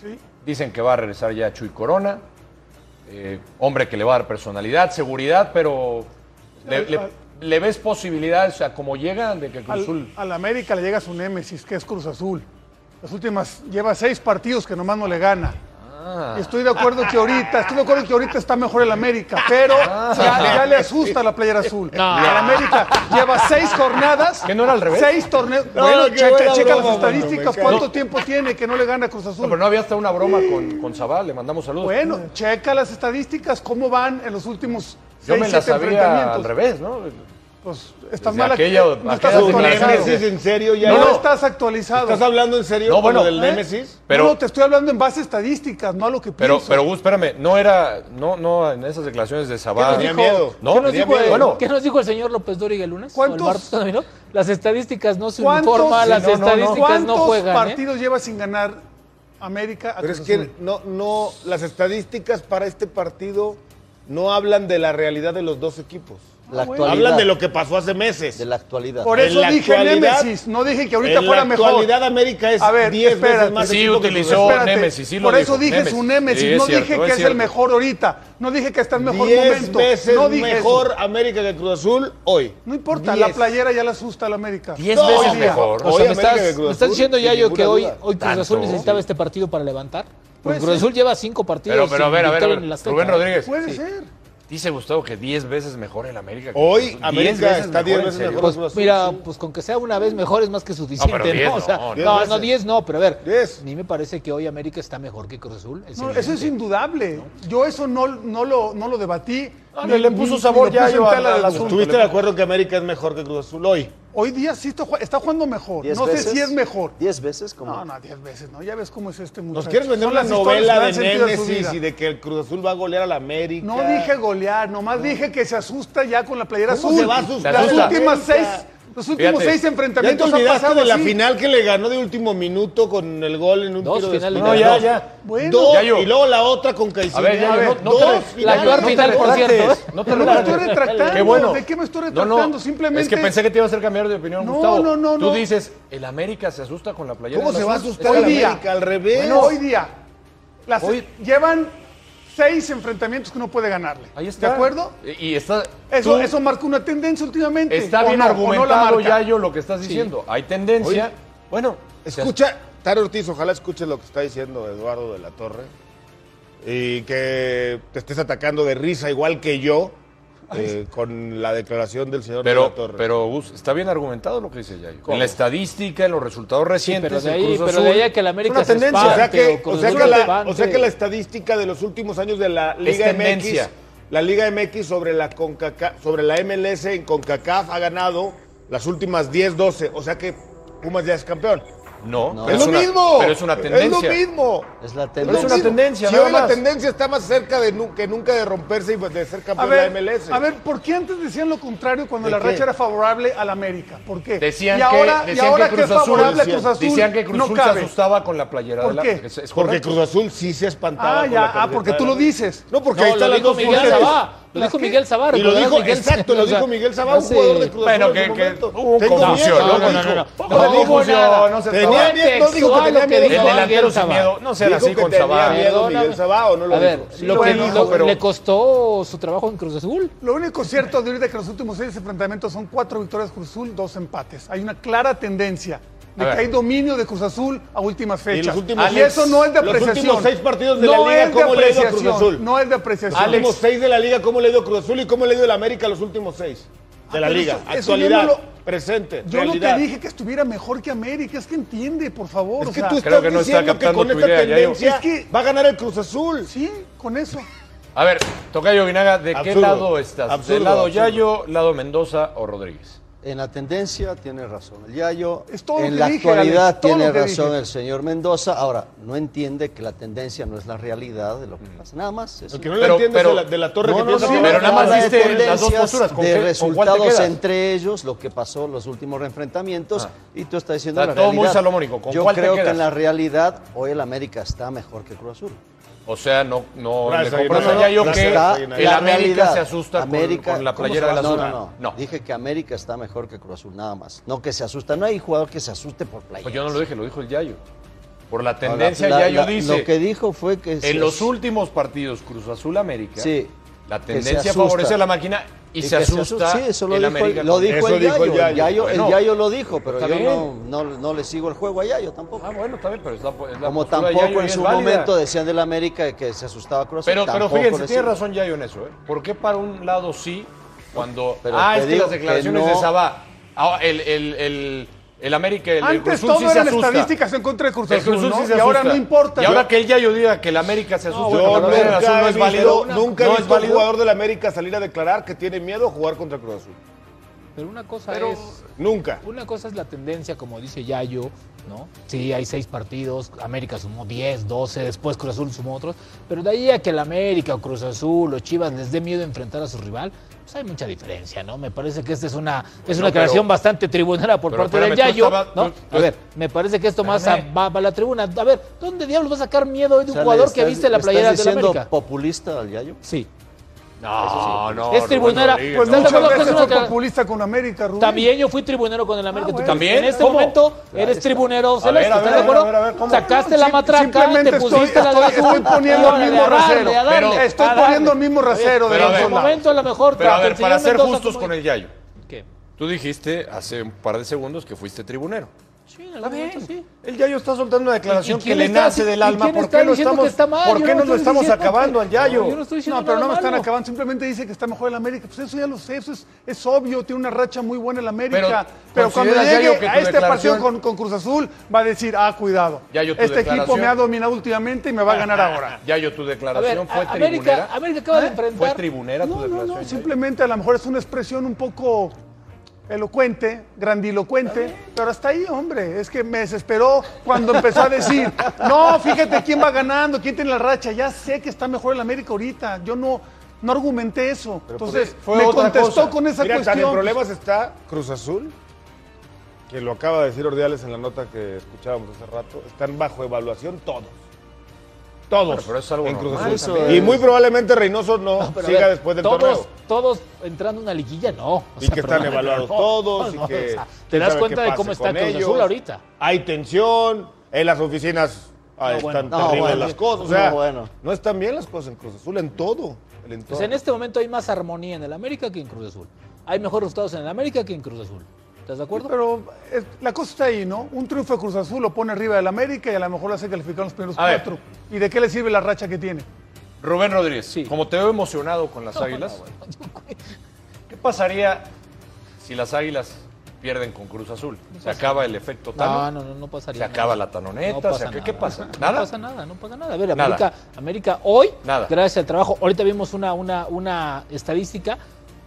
S10: ¿sí?
S5: Dicen que va a regresar ya Chuy Corona, eh, hombre que le va a dar personalidad, seguridad, pero le, le- le ves posibilidades, o sea, como llegan de que
S10: Al,
S5: Cruzul...
S10: al América le llega su némesis, que es Cruz Azul. Las últimas, lleva seis partidos que nomás no le gana.
S9: Ah.
S10: Estoy de acuerdo que ahorita, estoy de acuerdo que ahorita está mejor el América, pero
S9: Ah.
S10: ya, ya le asusta la playera azul. El América lleva seis jornadas.
S5: ¿Que no era al revés?
S10: Seis torneos.
S9: No,
S10: bueno,
S9: qué
S10: checa,
S9: buena
S10: checa
S9: broma,
S10: las
S9: mano, me
S10: estadísticas,
S9: cae.
S10: cuánto tiempo tiene que no le gana Cruz
S5: No,
S10: Azul.
S5: pero no había hasta una broma con, con Zabal, le mandamos saludos.
S10: Bueno, checa las estadísticas, cómo van en los últimos
S5: yo
S10: seis,
S5: me la
S10: siete
S5: sabía
S10: enfrentamientos.
S5: al revés, ¿no?
S10: Pues estás
S5: Desde
S10: mal
S5: aquella-
S10: actu- no estás
S5: aquella
S6: ¿Tu
S5: declaración.
S10: actualizado.
S6: Némesis en serio ya?
S10: No,
S5: No, no.
S10: estás actualizado.
S6: ¿Estás hablando en serio
S5: No,
S6: con
S5: bueno.
S6: lo del
S5: ¿Eh?
S6: Némesis?
S5: Pero-
S10: Pero, no, te estoy hablando en base a estadísticas, no a lo que
S5: Pero,
S10: pienso.
S5: pero Gus, espérame, no era, no, no en esas declaraciones de Zabal.
S6: Tenía miedo.
S5: No,
S6: Tenía
S5: dijo,
S6: miedo.
S5: bueno,
S8: ¿Qué nos dijo el señor López Dóriga el lunes? ¿O el
S10: ¿Cuántos?
S8: martes, ¿no? las estadísticas no se
S10: ¿Cuántos-
S8: uniforman,
S10: Sí,
S8: las
S10: no, no, no.
S8: estadísticas no,
S10: ¿Cuántos
S8: juegan. ¿eh?
S10: partidos lleva sin ganar América? a
S6: Pero es
S10: Cruz
S6: que
S10: Azul?
S6: no, no, las estadísticas para este partido no hablan de la realidad de los dos equipos.
S9: La
S10: Ah, bueno.
S9: actualidad.
S6: Hablan de lo que pasó hace meses.
S9: de la actualidad.
S10: Por
S6: en
S10: eso
S6: la
S10: dije
S6: actualidad-
S10: Némesis, no dije que ahorita
S6: en
S10: fuera
S6: la
S10: mejor.
S6: actualidad América es
S10: A ver,
S6: 10 veces
S10: espérate.
S6: más
S5: Sí,
S6: equipo que
S5: utilizó
S6: Cruz Azul.
S5: Némesis, sí lo
S10: por eso
S5: dijo,
S10: dije
S5: Némesis.
S10: su Némesis,
S5: Sí, es
S10: no
S5: cierto,
S10: dije
S5: es
S10: que es,
S5: cierto.
S10: el mejor ahorita, no dije que está el mejor
S6: 10
S10: momento.
S6: veces
S10: no dije
S6: mejor
S10: eso.
S6: América que Cruz Azul hoy.
S10: No importa, la
S6: 10.
S10: playera ya le asusta a la América.
S5: Diez
S6: No,
S5: veces
S6: hoy día.
S5: mejor.
S8: O sea,
S6: Hoy
S8: me
S6: América
S8: estás,
S6: que Cruz
S8: me estás
S6: Azul,
S8: diciendo
S6: sin
S8: ya yo
S6: ninguna
S8: que hoy,
S6: duda.
S8: hoy Cruz Azul
S5: Tanto.
S8: necesitaba este partido para levantar.
S10: Puede
S8: Porque Cruz
S10: ser.
S8: Azul lleva cinco partidos.
S5: Pero, pero a
S8: sin
S5: ver, a ver, a
S8: victoria
S5: ver.
S8: en el Azteca.
S5: Rubén Rodríguez.
S10: Puede ser.
S5: Dice Gustavo que 10 veces mejor el América. que
S6: Hoy
S5: Cruz Azul.
S6: América
S5: 10 veces
S6: está 10
S5: ¿en
S6: veces
S5: serio?
S6: mejor.
S8: Pues
S6: Cruz Azul,
S8: mira,
S6: sí.
S8: pues con que sea una vez mejor es más que suficiente,
S5: No, pero diez
S8: ¿no? O sea,
S5: no, diez
S8: no,
S6: veces.
S8: no, 10 no, pero a ver,
S6: Diez.
S8: ni me parece que hoy América está mejor que Cruz Azul.
S10: No,
S8: excelente.
S10: eso es indudable. Yo eso no, no, lo, no lo debatí.
S6: Ah,
S5: No,
S10: ni-
S5: le
S10: ni-
S5: puso
S10: ni
S5: sabor
S10: lo
S5: ya
S10: puse en
S5: yo a-
S10: tela
S5: al
S10: de duda.
S5: asunto.
S6: ¿Estuviste de acuerdo que América es mejor que Cruz Azul hoy?
S10: Hoy día sí está, ju- está jugando mejor.
S9: ¿Diez
S10: No sé
S9: veces?
S10: si es mejor.
S9: ¿Diez veces? Como...
S10: No, no, diez veces, ¿no? Ya ves cómo es este muchacho.
S6: Nos quieren vender
S10: Son
S6: una
S10: las historias
S6: novela
S10: que
S6: de
S10: dan sentido a su
S6: Némesis
S10: vida.
S6: y de que el Cruz Azul va a golear al América.
S10: No dije golear, nomás dije que se asusta ya con la playera
S6: ¿Cómo
S10: azul.
S6: se va a asustar?
S10: Las
S5: Se asusta.
S10: últimas seis, los últimos
S5: Fíjate,
S10: seis
S6: ¿Ya te
S10: enfrentamientos han
S6: olvidaste
S10: pasado
S6: de la
S10: así.
S6: final que le ganó de último minuto con el gol en un
S8: Dos
S6: tiro de
S8: finales
S6: esquina?
S8: de
S6: No,
S8: dos.
S10: Bueno.
S6: Dos,
S5: Yayo.
S6: y luego la otra con Caicedo.
S5: A ver, ya, no, no te-
S6: dos
S8: la
S6: finales.
S8: actual final, por cierto. ¿eh?
S5: No te
S10: Pero no me
S5: relajes.
S10: estoy retractando,
S5: Qué bueno.
S10: ¿de qué me estoy
S5: No, no,
S10: retractando? Simplemente-
S5: Es que pensé que te iba a hacer cambiar de opinión,
S10: No,
S5: Gustavo.
S10: no, no,
S5: Tú
S10: no.
S5: dices, el América se asusta con la playera.
S6: ¿Cómo
S5: del
S6: se va a
S5: Azul?
S6: asustar
S10: Hoy
S6: el
S10: día.
S6: América? Al revés.
S10: Bueno, hoy día. Las-
S5: Hoy-
S10: Llevan seis enfrentamientos que no puede ganarle.
S5: Ahí está.
S10: ¿De acuerdo?
S5: Y y está.
S10: Eso,
S5: tú-
S10: eso marca una tendencia últimamente.
S5: Está
S10: ¿o
S5: bien
S10: no? ¿O no la
S5: argumentado,
S10: marca?
S5: Yayo, lo que estás diciendo. Hay tendencia.
S6: Oye.
S5: Bueno,
S6: Escucha, Taro Ortiz, ojalá escuches lo que está diciendo Eduardo de la Torre y que te estés atacando de risa igual que yo eh, con la declaración del señor de
S5: Pero,
S6: la Torre.
S5: pero Gus, está bien argumentado lo que dice Yayo.
S8: ¿Cómo?
S5: En la estadística, en los resultados
S8: pero
S5: recientes,
S8: de
S5: el
S8: ahí,
S5: Cruz
S8: pero de
S5: Azul-
S8: ahí a que el
S6: Es
S8: América
S6: una tendencia, o sea,
S8: se espante
S6: que,
S8: Cruz
S6: o sea
S8: Azul
S6: que
S8: se
S6: la,
S8: espante.
S6: o sea que la estadística de los últimos años de la Liga MX,
S5: tendencia.
S6: la Liga MX sobre la CONCACAF, sobre la MLS en CONCACAF ha ganado las últimas 10, 12, o sea que Pumas ya es campeón.
S5: No,
S9: No.
S5: pero
S6: es lo
S5: una-
S6: mismo.
S5: Pero es una tendencia.
S6: Es lo mismo.
S9: Es la
S6: lo
S5: Pero es una
S6: mismo.
S9: tendencia.
S5: tendencia,
S6: Si
S5: nada
S6: hoy la
S5: más.
S6: tendencia está más cerca de nu- que nunca de romperse y pues, de ser
S10: A
S6: campeón de
S10: ver,
S6: la MLS.
S10: a ver, ¿por qué antes decían lo contrario cuando
S6: ¿De
S10: la
S6: qué?
S10: racha era favorable al América? ¿Por qué?
S5: Ah, Decían
S10: y
S5: que,
S10: ahora,
S5: decían
S10: y ahora
S5: que
S10: que,
S5: Cruz
S10: es
S5: Azul,
S10: favorable a Cruz Azul,
S5: decían que Cruz
S10: no
S5: Azul se
S10: cabe.
S5: asustaba con la playera
S10: ¿Por
S5: de la
S10: qué?
S5: es- es
S6: Porque
S5: correcto.
S6: Cruz Azul sí se espantaba.
S10: Ah,
S6: con
S10: ya,
S6: la
S10: ah,
S6: pérdida
S10: porque
S6: de
S10: tú
S6: la
S10: lo
S6: América.
S10: dices.
S6: No, porque
S8: No,
S6: ahí está
S8: lo
S6: la
S8: dijo Miguel
S6: confusión.
S8: Sabá. Lo
S10: ¿Las
S8: dijo
S10: qué?
S8: Miguel Sabá.
S6: Y lo
S8: recordarás
S6: dijo,
S8: Miguel
S6: exacto, lo
S8: Sabá, o sea,
S6: dijo Miguel Sabá, un
S8: hace-
S6: jugador de Cruz
S5: Bueno,
S6: Azul en
S5: que-
S6: su
S5: que
S6: momento.
S5: hubo un
S6: Tengo
S5: confusión,
S6: miedo,
S5: no,
S6: lo
S5: no,
S6: dijo. Lo
S5: no, no. No,
S6: dijo,
S5: no, no, no se
S6: Tenía
S5: estaba-
S6: miedo, no dijo que tenía miedo.
S8: Textual lo que
S5: El
S8: dijo
S6: Sabá.
S5: delantero
S8: Miguel
S5: sin
S8: Sabá.
S5: miedo. No sean
S6: Dijo
S5: así
S6: que
S5: con
S6: tenía
S5: Sabá.
S6: miedo. Miguel Sabá, ¿o no lo
S8: a ver,
S6: dijo? Sí,
S8: lo
S5: lo
S8: que
S5: dijo,
S8: lo-
S5: pero-
S8: le costó su trabajo en Cruz Azul.
S10: Lo único cierto de ahorita que los últimos seis enfrentamientos son cuatro victorias Cruz Azul, dos empates. Hay una clara tendencia de
S5: A
S10: que
S5: ver.
S10: hay dominio de Cruz Azul a últimas fechas.
S6: los últimos
S10: y
S6: seis-
S10: eso no es de
S6: los
S10: apreciación.
S6: últimos seis partidos de la
S10: No
S6: liga,
S10: es de
S6: ¿cómo le ha ido a Cruz
S10: apreciación,
S6: Azul?
S10: No es de
S6: Los
S10: apreciación.
S6: últimos seis de la liga, ¿cómo le ha ido Cruz Azul y cómo le ha ido el América a los últimos seis? De
S10: Ah,
S6: la
S10: pero
S6: liga,
S10: eso- eso yo no
S6: actualidad,
S10: lo-
S6: presente,
S10: Yo no te
S6: realidad.
S10: dije que estuviera mejor que América, es que entiende, por favor.
S6: Es
S10: o
S6: que
S10: sea,
S6: tú estás
S5: Creo que no está
S6: diciendo que
S5: captando
S6: con
S5: tu
S6: esta
S5: idea, Yayo.
S6: tendencia
S10: Es que-
S6: va a ganar el Cruz Azul.
S10: Sí, con eso.
S5: A ver, Tocayo Guinaga, ¿de qué
S6: Absurdo.
S5: lado estás?
S6: Absurdo,
S5: ¿Del lado
S6: absurdo.
S5: Yayo, lado Mendoza o Rodríguez?
S9: En la tendencia tiene razón el Yayo.
S10: Es todo lo
S9: en
S10: que
S9: la
S10: dije,
S9: actualidad
S10: Alex, todo
S9: tiene
S10: lo que
S9: razón
S10: dije.
S9: el señor Mendoza. Ahora, no entiende que la tendencia no es la realidad de lo que pasa. Nada más. eso.
S6: Lo que no le
S5: Mm. Pero-
S6: entiendes
S5: pero-
S6: de la, de la torre
S9: No,
S6: que
S9: no,
S6: piensa
S9: no,
S6: que
S9: no,
S6: va a
S5: pero nada
S6: ganar.
S5: más
S9: habla de
S5: diste las dos
S9: tendencias,
S5: posturas, ¿con
S9: de
S5: qué- con cuál te
S9: resultados
S5: quedas?
S9: entre ellos, lo que pasó en los últimos reenfrentamientos,
S5: Ah.
S9: y tú estás diciendo
S5: Está
S9: la
S5: todo
S9: realidad.
S5: muy salomónico, ¿con
S9: Yo
S5: cuál te
S9: creo que
S5: quedas?
S9: en la realidad hoy el América está mejor que Cruz Azul.
S5: O sea, no, no
S6: Gracias,
S5: le compras
S6: Aguinaga.
S5: a Yayo
S6: Gracias,
S5: que
S6: Aguinaga.
S5: el
S9: la
S5: América
S9: realidad.
S5: se asusta con-
S9: América-
S5: con, la
S9: ¿cómo
S5: playera
S9: se
S5: de la
S9: llama?
S5: zona.
S9: No, no, no.
S5: No.
S9: Dije que América está mejor que Cruz Azul, nada más. No que se asusta. No hay jugador que se asuste por playera.
S5: Pues yo no lo dije, lo dijo el Yayo. Por la
S9: Ahora,
S5: tendencia,
S9: la-
S5: Yayo
S9: la-
S5: dice.
S9: Lo que dijo fue que. se-
S5: En los últimos partidos Cruz Azul América,
S9: Sí.
S5: la
S9: Que se
S5: tendencia
S9: asusta.
S5: favorece a la máquina y,
S9: y
S5: se,
S9: que
S5: asusta
S9: Sí, eso lo
S5: el
S9: dijo,
S5: América.
S9: lo
S5: con-
S9: dijo
S6: Eso
S9: el
S6: dijo
S9: Yayo.
S6: el
S9: El
S6: Yayo.
S9: Yayo, el
S5: Bueno.
S9: Yayo lo dijo, pero
S5: Está
S9: yo
S5: bien.
S9: no, no, no le sigo el juego a Yayo tampoco.
S5: Ah, bueno, está bien, pero es la, es la
S9: Como
S5: postura de Yayo
S9: tampoco
S5: y
S9: en
S5: es
S9: su
S5: válida.
S9: momento decían del América que se asustaba Cruz Azul.
S5: Pero, pero
S9: tampoco
S5: fíjense,
S9: le
S5: tiene
S9: sigo.
S5: razón Yayo en eso, ¿eh? ¿Por qué para un lado sí cuando.
S9: Pero
S5: ah,
S9: te
S5: es que
S9: digo
S5: las
S9: que
S5: declaraciones de
S9: no-
S5: Sabá. Ah, el, el, el, el América, el, el Cruz
S10: Antes
S5: Azul
S10: todo
S5: sí se
S10: eran
S5: asusta.
S10: estadísticas en contra de Cruz
S5: El Cruz
S10: Azul,
S5: Azul
S10: ¿no?
S5: sí se
S10: y ahora
S5: asusta.
S10: no importa.
S5: Y ahora que el Yayo diga que el América se asusta,
S6: Yo
S5: con la
S6: nunca
S5: playera azul no
S6: he
S5: es válido.
S6: visto- Nunca he
S5: no es
S6: visto a un
S5: válido.
S6: jugador del América salir a declarar que tiene miedo a jugar contra Cruz Azul.
S8: Pero una cosa es.
S6: Nunca.
S8: Una cosa es la tendencia, como dice Yayo, ¿no? Sí, hay seis partidos, América sumó 10, 12, después Cruz Azul sumó otros, pero de ahí a que el América o Cruz Azul o Chivas les dé miedo enfrentar a su rival, pues hay mucha diferencia, ¿no? Me parece que esta es una, es una
S5: No, pero-
S8: creación bastante tribunera por
S5: pero
S8: parte
S5: espérame,
S8: del
S5: tú
S8: Yayo,
S5: estabas-
S8: ¿no?
S5: tú- tú-
S8: A ver, me parece que esto más a-
S5: Espérame.
S8: va va a la tribuna. A ver, ¿dónde diablos va a sacar miedo hoy de un
S9: sea,
S8: jugador
S9: le
S8: que
S9: estás-
S8: viste la
S9: le
S8: playera
S9: ¿Estás
S8: del
S9: diciendo
S8: América?
S9: populista al Yayo?
S8: Sí.
S5: No, no.
S8: Es tribunera.
S5: Rubén Rodríguez,
S10: Pues
S5: no.
S8: ¿Estás de
S10: muchas
S8: acuerdo que es
S10: veces
S8: una
S10: fue
S8: tra-
S10: populista con América, Rubén.
S8: También yo fui tribunero con el América.
S10: Ah,
S8: Tú
S10: bueno.
S8: también. En este
S5: ¿Cómo?
S8: momento eres tribunero celeste.
S5: ver, a
S8: ¿Estás
S5: ver,
S8: de
S5: a ver,
S8: acuerdo?
S6: a ver, a ver, ¿cómo?
S8: Sacaste la
S10: Sim-
S8: matraca, te
S10: simplemente estoy-
S8: pusiste la de
S10: estoy- estoy
S8: azul.
S10: poniendo el
S8: Órale,
S10: mismo
S8: a darle,
S10: rasero.
S8: a darle,
S5: Pero-
S8: a
S10: Estoy
S8: darle.
S10: poniendo el mismo rasero
S5: Pero a
S10: de los
S5: ver,
S8: En su
S10: dos lados.
S8: momento a lo mejor.
S5: Pero a
S8: te
S5: ver, para
S8: enseñó
S5: ser
S8: Mendoza
S5: justos
S8: cómo-
S5: con el Yayo,
S8: ¿Qué?
S5: tú dijiste hace un par de segundos que fuiste tribunero.
S8: Sí, en algún momento sí.
S6: El Yayo está soltando una declaración
S8: ¿Y
S6: que
S8: quién
S6: le
S8: está-
S6: nace del
S8: y
S6: alma.
S8: quién
S6: ¿Por
S8: está
S6: qué, lo
S8: diciendo
S6: estamos,
S8: que está mal?
S6: ¿por
S8: Yo
S6: qué
S8: no
S6: nos lo
S8: estoy
S6: estamos
S8: diciendo que-
S6: acabando al Yayo?
S8: No, yo no estoy diciendo
S10: No, pero no me
S8: nada
S10: están
S8: malo.
S10: acabando. Simplemente dice que está mejor el América. Pues eso ya lo sé. Eso es, es obvio. Tiene una racha muy buena el América.
S5: Pero,
S10: Pero, cuando
S5: ¿consideras,
S10: llegue
S5: Yayo, que tu
S10: a este
S5: declaración-
S10: partido con, con Cruz Azul, va a decir: Ah, cuidado.
S5: Yayo, tu
S10: este equipo
S5: declaración-
S10: me ha dominado últimamente y me va a ganar ahora.
S5: Yayo, tu
S8: A ver,
S5: declaración fue
S8: a- América,
S5: tribunera. ¿Eh?
S8: América acaba de enfrentar.
S5: ¿Fue tribunera tu
S10: No, no,
S5: declaración?
S10: no.
S6: ¿eh?
S5: Yayo?
S10: Simplemente a lo mejor es una expresión un poco elocuente, grandilocuente, pero hasta ahí, hombre, es que me desesperó cuando empezó a decir, no, fíjate quién va ganando, quién tiene la racha, ya sé que está mejor el América ahorita, yo no, no argumenté eso. Entonces,
S8: e-,
S6: Fue
S10: me
S6: otra
S10: contestó
S6: cosa.
S10: con esa
S6: Mira, tan en
S10: cuestión.
S6: problemas está Cruz Azul, que lo acaba de decir Ordiales en la nota que escuchábamos hace rato. Están bajo evaluación todos. Todos.
S5: Bueno, pero eso es algo
S6: en Cruz
S5: normal
S6: Azul.
S9: también.
S6: Y muy probablemente Reynoso no,
S8: No, pero a
S6: siga
S8: ver,
S6: después del
S8: todos,
S6: torneo.
S8: Todos entrando a una liguilla, no. O
S6: Y
S8: sea,
S6: que están
S8: perdóname,
S6: evaluados
S8: no,
S6: todos.
S8: no,
S6: y que,
S8: o sea, te
S6: quién
S8: das
S6: sabe
S8: cuenta
S6: qué
S8: de cómo
S6: pase
S8: está
S6: con
S8: Cruz Azul
S6: ellos.
S8: ahorita.
S6: Hay tensión, en las oficinas ah,
S8: bueno.
S6: están
S9: No,
S6: terribles
S9: bueno.
S6: las cosas. O sea,
S9: No,
S6: no,
S9: bueno.
S6: están bien las cosas en Cruz Azul, en todo. El entorno.
S8: Pues en este momento hay más armonía en el América que en Cruz Azul. Hay mejores resultados en el América que en Cruz Azul. ¿Estás de acuerdo?
S10: Pero eh, la cosa está ahí, ¿no? Un triunfo de Cruz Azul lo pone arriba del América y a lo mejor lo hace calificar en los primeros
S5: A ver.
S10: cuatro. ¿Y de qué le sirve la racha que tiene?
S5: Rubén Rodríguez,
S8: Sí.
S5: como te veo emocionado con las águilas, ¿qué pasaría si las águilas pierden con Cruz Azul? ¿Se acaba el efecto
S8: No,
S5: Tano?
S8: no, no, no pasaría.
S5: ¿Se acaba
S8: nada.
S5: la tanoneta?
S8: No
S5: ¿Se
S8: pasa
S5: acaba- ¿Qué
S8: nada.
S5: pasa?
S8: No
S5: ¿Nada?
S8: pasa nada, no pasa nada. A ver,
S5: Nada.
S8: América, América hoy,
S5: Nada.
S8: gracias al trabajo, ahorita vimos una, una, una estadística.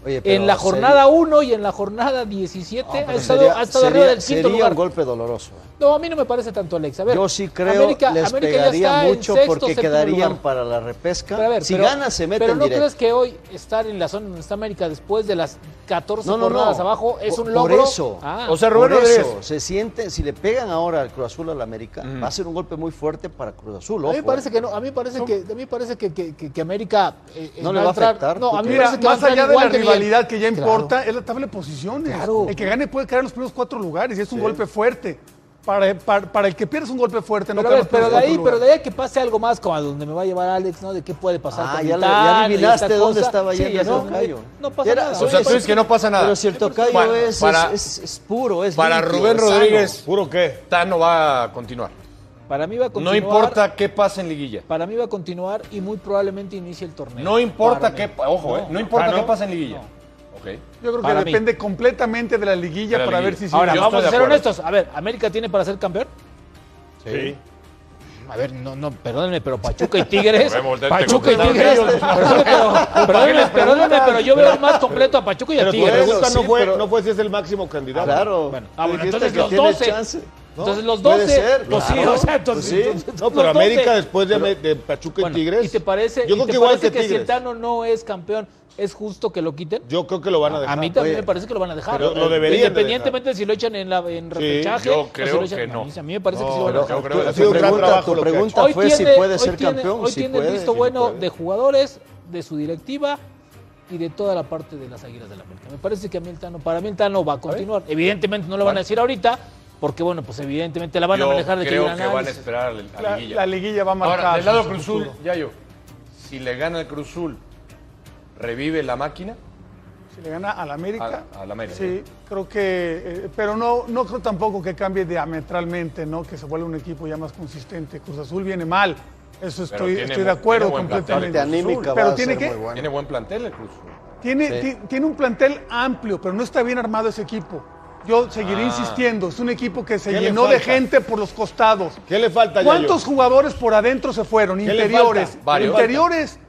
S9: Oye, pero
S8: en la
S9: sería-
S8: jornada 1 y en la jornada 17
S9: No,
S8: ha
S9: pero
S8: estado,
S9: sería-
S8: ha estado
S9: sería-
S8: arriba del quinto
S9: sería
S8: lugar.
S9: un golpe doloroso. eh.
S8: No, a mí no me parece tanto, Alex. A ver,
S9: Yo sí creo
S8: América,
S9: les
S8: América ya
S9: pegaría
S8: está en
S9: mucho
S8: sexto,
S9: porque
S8: séptimo
S9: quedarían
S8: lugar.
S9: para la repesca.
S8: Pero a ver,
S9: si
S8: pero-
S9: gana se meten
S8: Pero no
S9: directo.
S8: crees que hoy estar en la zona donde está América después de las 14
S9: No, no, no.
S8: jornadas abajo es
S9: Por-
S8: un logro.
S9: Por eso.
S8: Ah,
S5: O sea, Rubén
S9: Por
S5: Rodríguez.
S9: eso, se sienten, si le pegan ahora al Cruz Azul al América, va a ser un golpe muy fuerte para Cruz Azul.
S8: a mí
S9: ojo,
S8: me
S9: eh.
S8: parece que no, a mí me parece que a mí me parece que, que- que- que América eh, eh,
S9: No le va a
S8: entrar-
S9: afectar,
S8: No,
S9: ¿tú
S8: a mí me
S9: crees?
S8: parece
S10: Mira,
S8: que va a
S10: más
S8: entrar
S10: allá de la
S8: igual bien.
S10: rivalidad que ya
S8: Claro.
S10: importa, es la tabla de posiciones.
S8: Claro.
S10: El que gane puede quedar en los primeros cuatro lugares y es un golpe fuerte. Para, para- para el que pierda es un golpe fuerte, no
S8: Pero, a
S10: quedar en
S8: ver,
S10: los
S8: pero
S10: primeros
S8: de ahí,
S10: cuatro
S8: pero
S10: lugares.
S8: de ahí a que pase algo más como a donde me va a llevar Alex, ¿no? De qué puede pasar.
S9: Ah,
S8: con
S9: ya,
S8: el
S9: la-
S8: Tano y
S9: ya
S8: esta
S9: adivinaste
S8: cosa.
S9: dónde estaba
S8: Sí,
S9: yendo
S8: no, eh,
S9: el tocayo.
S8: No pasa
S9: Era-
S8: nada.
S5: O sea, tú dices que no pasa nada.
S9: Pero si el tocayo
S5: Bueno,
S9: es,
S5: para-
S9: es, es- es puro, es
S5: para
S9: limpio,
S5: Rubén
S9: es sano.
S5: Rodríguez.
S6: ¿Puro qué?
S5: Tano va a continuar.
S8: Para mí va a
S5: No
S8: continuar.
S5: importa qué pase en liguilla.
S8: Para mí va a continuar y muy probablemente inicie el torneo.
S5: No importa
S8: Para
S5: qué,
S8: mí. ¿Ah,
S5: pa- ojo, eh, no importa
S6: Tano.
S5: qué pase en liguilla. Ok.
S10: Yo creo
S8: para
S10: que
S8: mí.
S10: depende completamente de la
S5: De
S10: liguilla
S5: la
S10: para
S5: liguilla.
S10: ver si sí.
S8: Ahora,
S5: yo
S8: vamos
S5: estoy
S8: a
S5: de
S8: ser
S5: acuerdo.
S8: honestos. A ver, ¿América tiene para ser campeón?
S6: Sí.
S8: A ver, no, no, perdónenme, pero Pachuca y Tigres.
S5: Rubén, voltea, te
S8: Pachuca y
S5: contestaron
S8: Tigres.
S5: ellos.
S8: Perdónenme, pero, perdónenme, pregúntenme, pero yo veo más completo a Pachuca y a
S6: Pero tu
S8: Tigres.
S6: pregunta
S9: sí,
S6: no, fue,
S9: pero-
S6: no fue si es el máximo candidato.
S9: Claro.
S8: Bueno,
S9: Tú
S8: ah, bueno,
S9: dijiste
S8: entonces
S9: que
S8: los
S9: tiene
S8: 12.
S9: chance.
S8: Entonces los
S9: Puede
S8: 12.
S9: ser,
S8: pues sí,
S9: claro.
S8: o sea, entonces.
S9: Pues sí.
S8: entonces
S6: No,
S8: los
S6: pero
S8: 12.
S6: América después de, de Pachuca
S8: Bueno,
S6: y Tigres.
S8: ¿Y te parece,
S6: Yo
S8: y
S6: creo
S8: te
S6: que igual
S8: parece
S6: que
S8: que, si el
S6: Tigres.
S8: Tano no es campeón, ¿es justo que lo quiten?
S6: Yo creo que lo van a dejar.
S8: a mí también
S9: Oye,
S8: me parece que lo van a dejar.
S6: pero lo deberían de
S8: Independientemente de si lo echan en, la, en repechaje.
S5: yo
S8: o si
S5: creo
S8: lo echan-
S5: que no.
S8: A mí me parece que sí lo van a
S9: Pero
S8: dejar.
S5: creo que
S9: tu
S5: ha sido un gran
S9: pregunta,
S6: trabajo
S9: tu
S6: lo que ha
S9: pregunta
S8: Hoy
S9: fue
S8: tiene-
S9: si puede
S8: hoy
S9: ser
S8: tiene-
S9: campeón.
S8: Hoy
S9: si
S8: tiene
S9: puede,
S8: el visto
S9: si
S8: bueno
S9: puede.
S8: de jugadores, de su directiva y de toda la parte de las Águilas del América. Me parece que a mí el Tano, para mí el Tano va a continuar. Evidentemente no lo van a decir ahorita, porque bueno, pues evidentemente la van a
S5: Yo
S8: manejar de
S5: creo
S8: llegan
S5: que van a
S8: análisis.
S5: esperar a la,
S10: La,
S5: liguilla.
S10: la liguilla va a marcar.
S5: Ahora, del lado
S10: su
S5: Cruz Azul,
S10: futuro.
S5: Yayo, si le gana el Cruz Azul, ¿revive la máquina?
S10: Si le gana al América.
S5: Al- al América.
S10: Sí, creo que. eh, pero no, no creo tampoco que cambie diametralmente, ¿no? Que se vuelva un equipo ya más consistente. Cruz Azul viene mal. Eso estoy,
S5: tiene
S10: estoy de
S5: mu-
S10: acuerdo
S5: tiene buen
S10: completamente.
S5: plantel.
S9: Parte anímica va
S10: pero
S9: a
S10: tiene
S9: ser
S10: que-
S9: muy buena.
S5: Tiene buen plantel el Cruz Azul.
S10: Tiene, ti- tiene un plantel amplio, pero no está bien armado ese equipo. Yo seguiré insistiendo. Es un equipo que se
S6: ¿Qué le
S10: llenó de
S6: falta?
S10: gente por los costados.
S6: ¿Qué le falta, Yayo?
S10: ¿Cuántos jugadores por adentro se fueron?
S6: le
S10: Interiores.
S6: falta?
S5: Varios.
S10: Interiores.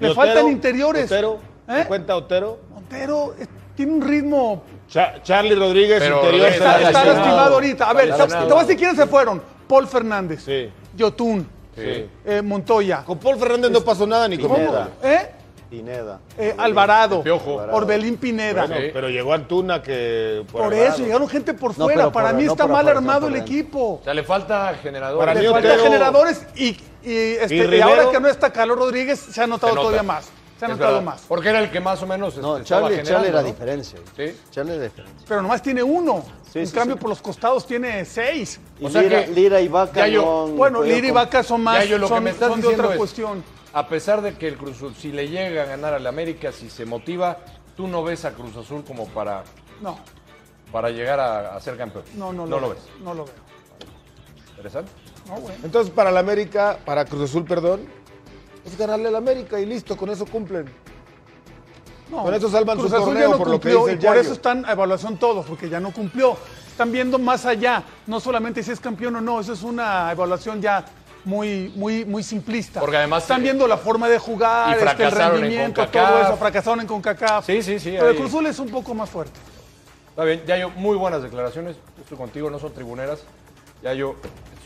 S10: Le
S6: ¿Y Otero?
S10: faltan interiores.
S6: Otero,
S10: ¿Eh?
S6: ¿te cuenta Otero?
S10: Montero eh, tiene un ritmo.
S6: Cha- Charlie Rodríguez,
S5: Pero
S6: interior.
S5: Rodríguez
S10: Está,
S6: se la
S10: está
S6: lesionó.
S10: lastimado ahorita. A ver,
S6: Está
S10: ¿sabes- te voy a
S6: lesionado.
S10: decir quiénes se fueron. Paul Fernández,
S6: Sí.
S10: Yotun,
S6: Sí.
S10: eh, Montoya,
S6: Con Paul Fernández no pasó nada ni con
S10: ¿Cómo?
S6: nada.
S10: ¿Eh?
S9: Pineda.
S10: Eh, Alvarado,
S5: El Piojo.
S10: Orbelín Pineda.
S6: Bueno,
S5: Sí.
S6: pero llegó Antuna que...
S10: Por
S6: Alvarado.
S10: eso llegaron gente por
S9: No,
S10: fuera.
S9: pero
S10: Para
S9: por-
S10: mí
S9: no
S10: está
S9: por
S10: mal
S9: afuera,
S10: armado
S9: por
S10: el
S9: dentro.
S10: equipo.
S5: O sea, le falta generador.
S6: Para
S10: Le
S6: mí
S10: falta
S6: Otero-
S10: generadores y, y, este,
S6: y
S10: y
S6: Rivero-
S10: ahora que no está Carlos Rodríguez, se ha notado
S5: Se nota.
S10: todavía más. Se ha
S5: Es
S10: notado
S5: verdad.
S10: más.
S5: Porque era el que más o menos
S9: No,
S5: este, estaba
S9: Charlie, Charlie
S5: generando,
S9: era
S5: ¿no?
S9: diferente.
S5: Sí.
S9: Charlie era diferente.
S10: Pero nomás tiene uno.
S9: Sí,
S10: en
S9: sí,
S10: cambio,
S9: sí.
S10: por los costados tiene seis.
S9: Y
S5: O sea
S9: Lira,
S5: que-
S9: Lira y Vaca.
S5: Ya yo-
S9: no-
S10: Bueno,
S9: no
S10: Lira y
S9: con-
S10: Vaca son
S5: Ya,
S10: más.
S5: yo lo que
S10: son
S5: me estás
S10: son de
S5: diciendo
S10: otra
S5: es,
S10: cuestión.
S5: a pesar de que el Cruz Azul, si le llega a ganar al América, si se motiva, tú no ves a Cruz Azul como para,
S10: No,
S5: para llegar a, a ser campeón.
S10: no, no,
S5: No lo ves.
S10: No lo veo.
S5: Interesante.
S10: No, bueno.
S6: Entonces, para la América, para Cruz Azul, perdón, es ganarle al América y listo, con eso cumplen.
S10: No,
S6: Con eso salvan
S10: Cruz
S6: su
S10: Azul
S6: torneo,
S10: ya no
S6: por lo que
S10: cumplió,
S6: dice el
S10: y Por
S6: Yayo.
S10: eso están a evaluación todos, porque ya no cumplió. Están viendo más allá, no solamente si es campeón o no, eso es una evaluación ya muy, muy, muy simplista.
S5: Porque además,
S10: están
S5: eh,
S10: viendo la forma de jugar,
S5: y
S10: este, el
S5: fracasaron en
S10: rendimiento,
S5: CONCACAF.
S10: todo eso, fracasaron en CONCACAF.
S5: Sí, sí, sí,
S10: Pero
S5: ahí.
S10: el Cruz Azul es un poco más fuerte.
S5: Está bien, Yayo, muy buenas declaraciones. Estoy contigo, no son tribuneras. Yayo,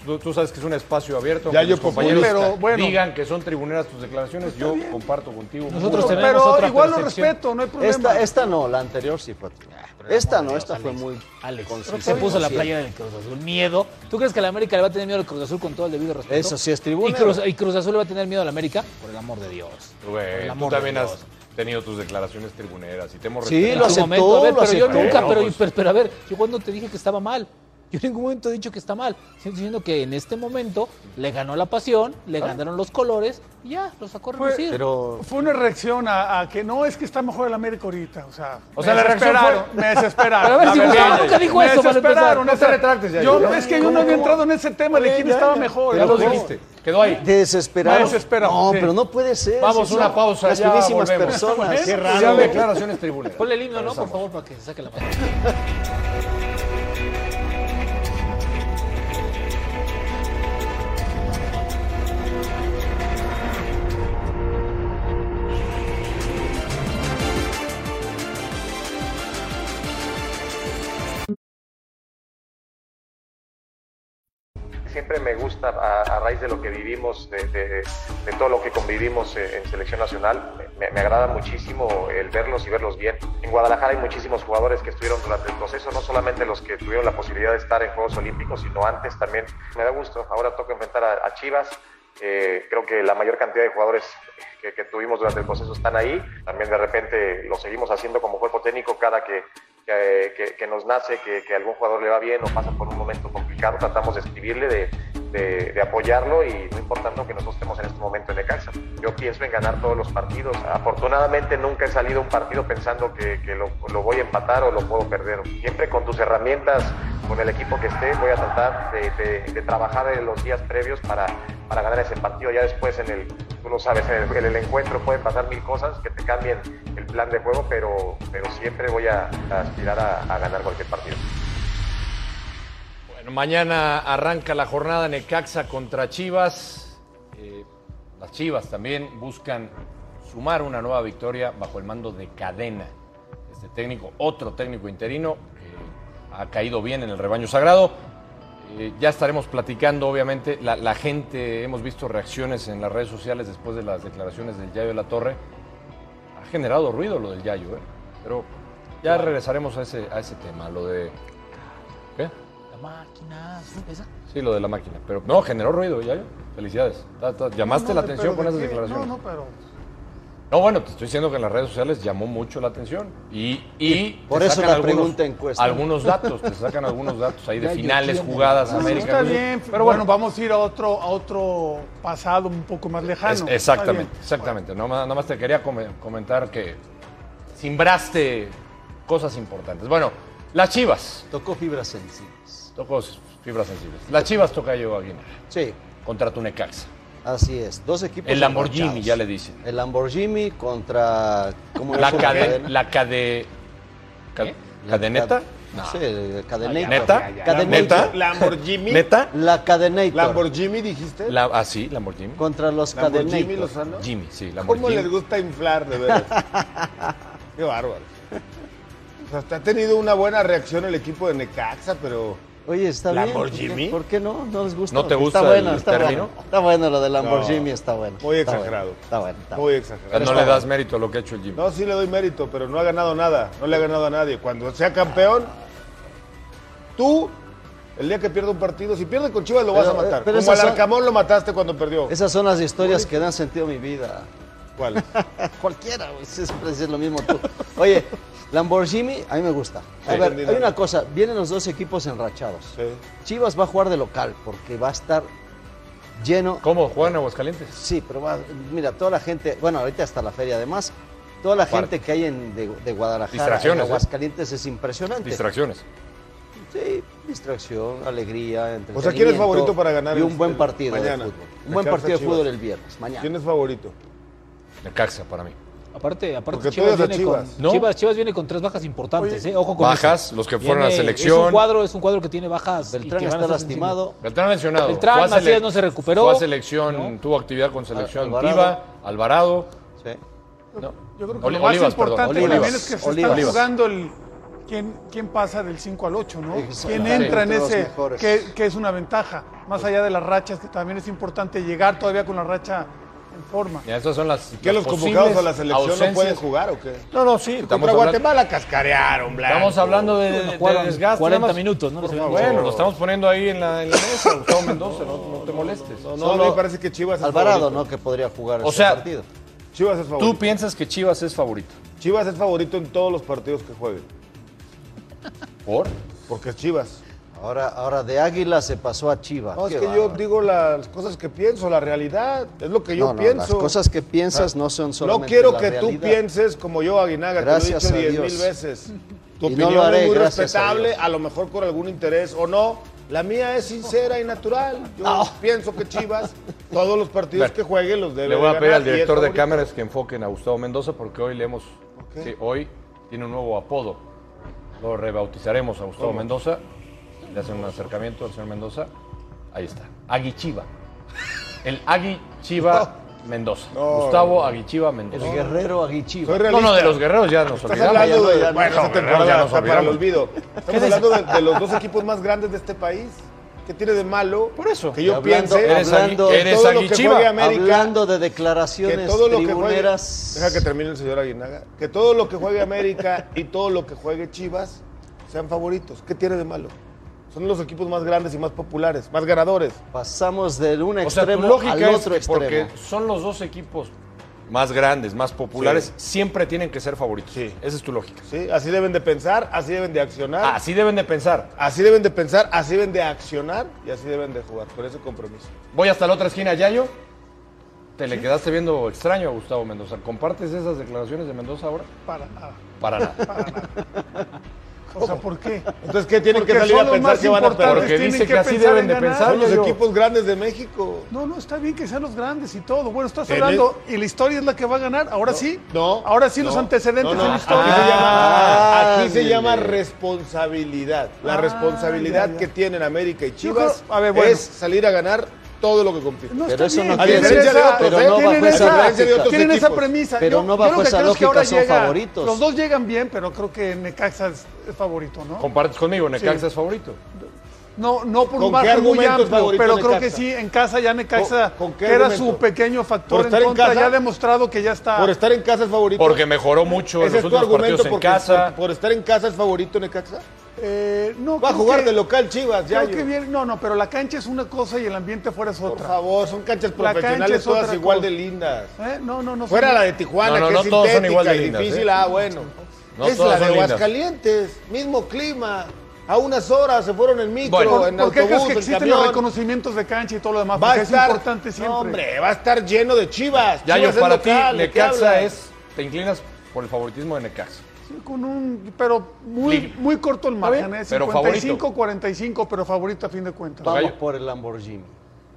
S5: tú, tú sabes que es un espacio abierto. aunque
S6: Yayo
S5: los compañeros
S10: populista. Pero, bueno.
S5: digan que son tribuneras tus declaraciones, yo comparto contigo.
S8: Nosotros
S5: Muy
S8: tenemos
S10: pero
S8: otra
S10: igual lo
S8: percepción.
S10: respeto, no hay problema.
S9: Esta, esta no, la anterior sí fue.
S5: Ah,
S9: Esta no, esta fue
S8: Alex,
S9: muy.
S8: Alex,
S9: concisa.
S8: se puso la
S9: Sí.
S8: playa del Cruz Azul. Miedo. ¿Tú crees que la América le va a tener miedo al Cruz Azul con todo el debido respeto?
S9: Eso sí es tribuna.
S8: ¿Y Cruz, y Cruz Azul le va a tener miedo a la América? Por el amor de Dios. Por
S5: Rubén,
S8: el
S5: tú
S8: amor de
S5: también has
S8: Dios.
S5: tenido tus declaraciones tribuneras y te hemos
S9: Sí,
S8: En
S9: lo
S8: su
S9: aceptó,
S8: momento, a ver,
S9: lo
S8: pero yo
S9: aceptó.
S8: nunca, pero,
S5: No, pues-
S8: pero, pero a ver, yo cuando te dije que estaba mal, yo en ningún momento he dicho que está mal. Estoy diciendo que en este momento le ganó la pasión, le ganaron los colores y ya, lo sacó a
S10: Fue-
S8: relucir.
S9: Pero
S10: Fue una reacción a, a que no es que está mejor el América ahorita. O sea,
S5: O sea,
S10: me
S5: la reacción
S10: desesperaron, Me desesperaron.
S8: Pero a ver,
S10: la
S8: si
S10: verdad.
S8: Gustavo nunca dijo
S10: me
S8: eso, para
S10: desesperaron.
S8: empezar.
S10: ese-
S5: No te retractes, ya,
S10: Yo,
S5: ya.
S10: es que yo no había entrado en ese tema. Le dije quién estaba mejor.
S5: Ya
S10: Yo
S5: lo
S10: no.
S5: dijiste, quedó ahí.
S9: desesperado.
S10: Me desesperaron,
S9: No,
S10: sí.
S9: pero no puede ser.
S5: Vamos,
S9: sí,
S5: una
S9: son
S5: pausa,
S9: Las
S5: ya
S9: finísimas
S5: volvemos.
S9: personas.
S5: Qué raro. Ya declaraciones tribuneras.
S8: Ponle el himno, ¿no? Por favor, para que se saque la mano.
S11: siempre me gusta a, a raíz de lo que vivimos, de, de- de todo lo que convivimos eh, en selección nacional, me, me agrada muchísimo el verlos y verlos bien. En Guadalajara hay muchísimos jugadores que estuvieron durante el proceso, no solamente los que tuvieron la posibilidad de estar en Juegos Olímpicos, sino antes también. Me da gusto, ahora toca enfrentar a, a Chivas. Eh, creo que la mayor cantidad de jugadores que, que tuvimos durante el proceso están ahí. También de repente lo seguimos haciendo como cuerpo técnico cada que, que, que- que nos nace, que, que algún jugador le va bien o pasa por un momento complicado, tratamos de escribirle, de, de- de apoyarlo y no importando que nosotros estemos en este momento en Necaxa. Yo pienso en ganar todos los partidos. Afortunadamente nunca he salido a un partido pensando que, que lo, lo voy a empatar o lo puedo perder. Siempre con tus herramientas, con el equipo que esté, voy a tratar de, de- de trabajar en los días previos para, para ganar ese partido. Ya después en el, tú lo sabes, en el, en el encuentro pueden pasar mil cosas que te cambien el plan de juego, pero, pero siempre voy a, a aspirar a- a ganar cualquier partido.
S5: Bueno, mañana arranca la jornada Necaxa contra Chivas. Eh, las Chivas también buscan sumar una nueva victoria bajo el mando de Cadena. Este técnico, otro técnico interino, que ha caído bien en el rebaño sagrado. Eh, ya estaremos platicando, obviamente. La, la gente, hemos visto reacciones en las redes sociales después de las declaraciones del Yayo de la Torre. Ha generado ruido lo del Yayo, ¿eh? Pero ya regresaremos a ese, a ese tema, lo de. ¿Qué?
S8: La máquina, esa.
S5: Sí, lo de la máquina. Pero no, generó ruido, ya. Felicidades. Ta- ta- Llamaste
S10: No,
S5: la
S10: no,
S5: atención
S10: pero
S5: con
S10: ¿de
S5: esas
S10: qué?
S5: declaraciones. No,
S10: No, no, pero.
S5: bueno, te estoy diciendo que en las redes sociales llamó mucho la atención. Y, y
S9: por
S5: te
S9: eso
S5: sacan
S9: la pregunta encuesta.
S5: Algunos datos, te sacan algunos datos ahí de
S8: Ya, yo
S5: finales,
S8: quiero-
S5: jugadas,
S10: No,
S5: América.
S10: está
S5: cosas.
S10: bien, pero bueno, vamos a ir a otro, a otro pasado un poco más lejano.
S5: Es-
S10: Está
S5: exactamente,
S10: bien.
S5: exactamente. Nada más- nada más te quería come- comentar que simbraste cosas importantes. Bueno, las chivas.
S9: Tocó fibras sensibles.
S5: Tocó fibras sensibles. Las chivas toca yo Aguilar
S9: Sí,
S5: contra tu Necaxa.
S9: así es. Dos equipos.
S5: El Lamborghini,
S9: enrachados.
S5: ya le dicen.
S9: El Lamborghini contra. ¿cómo
S5: La,
S9: es?
S5: cade-
S9: cadena.
S5: la cade- ca- cadeneta.
S9: No. Sí, el cadenator.
S5: ¿Neta?
S9: Cadenator.
S5: ¿Neta?
S6: Lamborghini.
S5: ¿Neta?
S9: La cadenator.
S6: Lamborghini, dijiste.
S5: La, ah, sí, Lamborghini.
S9: Contra los
S6: Lamborghini
S9: cadenators.
S6: Lozano.
S5: Jimmy, sí,
S6: ¿Cómo
S5: Lamborghini.
S6: les gusta inflar, de veras? Qué bárbaro. O sea, hasta ha tenido una buena reacción el equipo de Necaxa, pero.
S9: Oye, está bien.
S6: ¿Lamborghini?
S9: ¿Por qué no? ¿No les gusta?
S5: ¿No te gusta
S9: está bueno,
S5: el
S9: está
S5: término?
S9: Bueno. Está bueno lo de Lamborghini,
S6: No,
S9: está bueno.
S6: muy
S9: está
S6: exagerado.
S9: bueno, Está bueno, está
S6: Muy
S9: bueno.
S5: O sea,
S6: exagerado.
S5: no le das mérito a lo que ha hecho el Jimmy.
S6: No, sí le doy mérito, pero no ha ganado nada. No le ha ganado a nadie. Cuando sea campeón, tú, el día que pierda un partido, si pierde con Chivas lo
S9: Pero,
S6: vas a matar.
S9: eh, pero
S6: Como al
S9: esas son-
S6: Arcamón lo mataste cuando perdió.
S9: Esas son las historias que dan sentido a mi vida.
S6: ¿Cuál?
S9: Cualquiera, güey. Siempre dices lo mismo tú. Oye, Lamborghini, a mí me gusta. A
S6: Sí.
S9: ver,
S6: Entendí,
S9: hay
S6: ¿no?
S9: una cosa. Vienen los dos equipos enrachados.
S6: Sí.
S9: Chivas va a jugar de local porque va a estar lleno.
S5: ¿Cómo? ¿Juegan en Aguascalientes?
S9: Sí, pero va- mira, toda la gente, bueno, ahorita hasta la feria además, toda la gente que hay en, de, de Guadalajara, en
S5: Distracciones, ¿eh?
S9: Aguascalientes es impresionante.
S5: Distracciones.
S9: Sí, distracción, alegría, entretenimiento.
S6: O sea, ¿quién es favorito para ganar
S9: Y
S6: el-
S9: un buen
S6: el-
S9: partido
S6: mañana?
S9: de fútbol. Un
S6: Me
S9: buen
S6: cansa
S9: partido de
S6: Chivas.
S9: fútbol el viernes, mañana.
S6: ¿Quién es favorito?
S5: Necaxa para mí.
S8: Aparte, aparte
S6: Porque tú
S8: Chivas,
S6: eres de
S8: viene
S6: Chivas.
S8: Con,
S5: No.
S8: Chivas, Chivas viene con tres bajas importantes, ¿eh? Ojo con
S5: Bajas,
S8: eso.
S5: los que fueron a la
S8: Es
S5: selección.
S8: un cuadro, es un cuadro que tiene bajas. y
S9: Beltrán
S8: que van a
S9: está
S8: ser sensibles.
S9: lastimado.
S5: Beltrán mencionado.
S8: Beltrán,
S5: Fue a sele-
S8: Macías no se recuperó.
S5: Fue a selección, tuvo actividad con selección
S9: Alvarado.
S5: Tiva, Alvarado.
S9: Sí.
S5: No.
S10: Yo creo que
S5: Oli-
S10: lo más
S5: Olivas, perdón,
S10: importante
S9: Olivas.
S10: también es que se
S9: Olivas.
S10: está jugando el quién, quién pasa del 5 al 8, ¿no?
S9: Exacto.
S10: ¿Quién
S9: Sí.
S10: entra en
S9: Los
S10: ese
S9: mejores.
S10: que, que es una ventaja? Más allá de las rachas, que también es importante llegar todavía con la racha en forma.
S5: Ya, esas son las.
S6: ¿Que
S5: las
S6: los convocados
S5: posibles
S6: a la selección
S5: ausencias.
S6: no pueden jugar o qué?
S5: No, no, sí.
S6: Contra
S5: Estamos hablando,
S6: Guatemala cascarearon, blanco.
S5: estamos hablando de,
S8: Bueno,
S5: de
S8: jugaron
S5: desgaste.
S8: 40
S5: nada más.
S8: minutos, ¿no? Les habían dicho.
S5: Bueno, lo estamos poniendo ahí en la, en la mesa, Gustavo Mendoza, no, no te molestes.
S6: No, no,
S9: Solo-
S6: a mí me parece que Chivas es
S9: Alvarado,
S6: favorito.
S9: ¿no? Que podría jugar
S5: O
S9: ese
S5: sea,
S9: partido.
S6: Chivas es favorito.
S5: Tú piensas que Chivas es favorito.
S6: Chivas es favorito en todos los partidos que jueguen.
S5: ¿Por?
S6: Porque es Chivas.
S9: Ahora, ahora de Águila se pasó a Chivas.
S6: No, es
S9: Qué
S6: que yo
S9: bárbaro.
S6: digo las cosas que pienso, la realidad. Es lo que yo
S9: No, no,
S6: pienso.
S9: Las cosas que piensas no son
S6: No
S9: solamente
S6: quiero
S9: la
S6: que tú
S9: realidad.
S6: pienses como yo, Aguinaga,
S9: Gracias
S6: te
S9: a
S6: lo he dicho
S9: Dios.
S6: diez mil veces. Tu
S9: Y no
S6: opinión
S9: lo haré,
S6: es muy
S9: gracias a
S6: respetable,
S9: Dios.
S6: a, lo mejor con algún interés o no. La mía es sincera y natural. Yo pienso que Chivas, todos los partidos
S5: Ver,
S6: que juegue los debe
S5: Le voy
S6: de
S5: a pedir
S6: ganar
S5: al
S6: y es
S5: director de
S6: favorito.
S5: cámaras que enfoquen a Gustavo Mendoza porque hoy le hemos. sí, hoy tiene un nuevo apodo. Lo rebautizaremos a Gustavo Mendoza. Le hacen un acercamiento al señor Mendoza. Ahí está. Agui Chiva. El Agui Chiva Mendoza. Gustavo Agui Chiva
S9: El
S5: Mendoza.
S9: guerrero Aguichiva.
S6: Soy
S5: No,
S6: realista.
S5: no, de los guerreros ya nos
S6: Estás
S5: olvidamos.
S6: hablando de.
S9: Ya no,
S6: bueno,
S5: ya no,
S6: esa temporada
S5: ya nos
S6: está para el
S5: olvidamos.
S6: olvido. Estamos hablando de, de los dos equipos más grandes de este país. ¿Qué tiene de malo?
S5: Por eso.
S6: Que yo
S9: Y hablando-
S6: piense.
S5: Eres
S9: hablando-
S5: Agui- eres
S6: todo lo
S5: Agui
S6: que
S5: Chiva.
S6: juegue a- América,
S9: Hablando de
S6: que
S9: declaraciones
S6: todo lo que juegue,
S9: tribuneras.
S6: deja que termine el señor Aguinaga. Que todo lo que juegue América y todo lo que juegue Chivas sean favoritos. ¿Qué tiene de malo? Son los equipos más grandes y más populares, más ganadores.
S9: Pasamos del un
S5: O sea, tu
S9: extremo
S5: lógica
S9: al
S5: es
S9: otro
S5: que
S9: extremo.
S5: porque son los dos equipos más grandes, más populares, siempre tienen que ser favoritos.
S6: Sí.
S5: Esa es tu lógica.
S6: ¿sí? Así deben de pensar, así deben de accionar.
S5: Así deben de pensar.
S6: Así deben de pensar, así deben de accionar y así deben de jugar, con ese compromiso.
S5: Voy hasta la otra esquina, Yayo. Te le quedaste viendo extraño a Gustavo Mendoza. ¿Compartes esas declaraciones de Mendoza ahora?
S10: Para nada.
S5: Para nada.
S10: O sea, ¿por qué?
S6: Entonces, ¿qué tienen
S10: Porque
S6: que salir
S10: son
S6: a
S10: los
S6: pensar
S10: más
S6: que van a
S10: importantes,
S6: perder?
S5: Porque
S10: tienen
S5: dice que,
S10: que
S5: así
S10: pensar
S5: deben
S10: en
S5: de
S10: ganar.
S5: pensar.
S6: Son los
S5: Yayo.
S6: equipos grandes de México.
S10: No, no, está bien que sean los grandes y todo. Bueno, estás
S6: Tenés-
S10: hablando y la historia es la que va a ganar. Ahora sí.
S6: No.
S10: Ahora sí los
S6: no, no,
S10: antecedentes
S6: no,
S10: en la historia.
S6: Aquí se llama,
S9: Ah,
S6: aquí se
S9: ándele.
S6: llama responsabilidad. La
S10: Ah,
S6: responsabilidad
S10: ya, ya.
S6: que tienen América y Chivas
S10: creo- a ver, bueno.
S6: es salir a ganar todo lo que compiten.
S10: No
S9: Pero
S10: está
S9: eso
S10: bien.
S9: no
S10: Tienen
S9: quiere
S6: decir-
S10: esa-
S6: pero no
S10: tienen
S6: bajo esa
S10: esa-
S6: lógica. de otros
S10: Tienen esa
S6: equipos.
S10: premisa.
S9: Pero
S10: Yo-
S9: no
S10: yo
S9: bajo
S10: lo que
S9: esa
S10: creo es que
S9: lógica
S10: ahora
S9: son
S10: llega-
S9: favoritos.
S10: Los dos llegan bien, pero creo que Necaxa es, es favorito, ¿no?
S5: Compartes conmigo, Necaxa
S10: Sí.
S5: es favorito.
S10: No, no por
S6: ¿Con
S10: un
S6: qué
S10: margen muy
S6: argumento es
S10: amplio,
S6: favorito
S10: pero creo
S6: Necaxa?
S10: que sí, en casa ya Necaxa,
S6: ¿Con- con qué
S10: que era
S6: argumento?
S10: su pequeño
S6: ¿Por
S10: factor en
S6: estar en
S10: contra,
S6: casa?
S10: ya ha demostrado que ya está.
S6: Por estar en casa es favorito.
S5: Porque mejoró mucho en
S6: ese
S5: los
S6: es tu
S5: últimos
S6: argumento
S5: partidos en
S6: porque
S5: casa.
S6: Por, por estar en casa es favorito Necaxa.
S10: Eh, no,
S6: Va a
S10: creo
S6: jugar
S10: que-
S6: de local Chivas, ya.
S10: Creo que bien, no, no, pero la cancha es una cosa y el ambiente fuera es
S6: Por
S10: otra.
S6: favor, son canchas
S10: La cancha
S6: profesionales
S10: es
S6: todas
S10: otra
S6: igual
S10: cosa.
S6: de lindas.
S10: ¿Eh? No, no, no.
S6: Fuera
S10: son-
S6: la de Tijuana,
S5: No, no,
S6: que
S5: no
S6: es
S5: todos son
S6: sintética
S5: igual de
S6: y
S5: lindas,
S6: difícil.
S5: ¿eh?
S6: Ah, bueno.
S5: No
S6: es
S5: todas
S6: la de
S5: son lindas.
S6: Aguascalientes, mismo clima. A unas horas se fueron en micro,
S5: Bueno.
S10: ¿Por,
S6: en
S10: por qué
S6: autobús,
S10: crees que
S6: en
S10: existen
S6: camión.
S10: los reconocimientos de cancha y todo lo demás?
S6: Va a
S10: Porque es
S6: estar,
S10: importante siempre.
S6: No, hombre, va a estar lleno de Chivas.
S5: Yayo,
S6: Chivas es
S5: para ti,
S6: local, ¿de qué
S5: Necaxa
S6: hablas?
S5: es. Te inclinas por el favoritismo de Necaxa.
S10: Sí, con un, pero muy,
S5: Lig-
S10: muy corto el margen,
S5: bien,
S10: ¿eh?
S5: pero Pues
S10: 55, 45, pero favorito a fin de cuentas.
S9: Vamos
S5: Gallo.
S9: por el Lamborghini.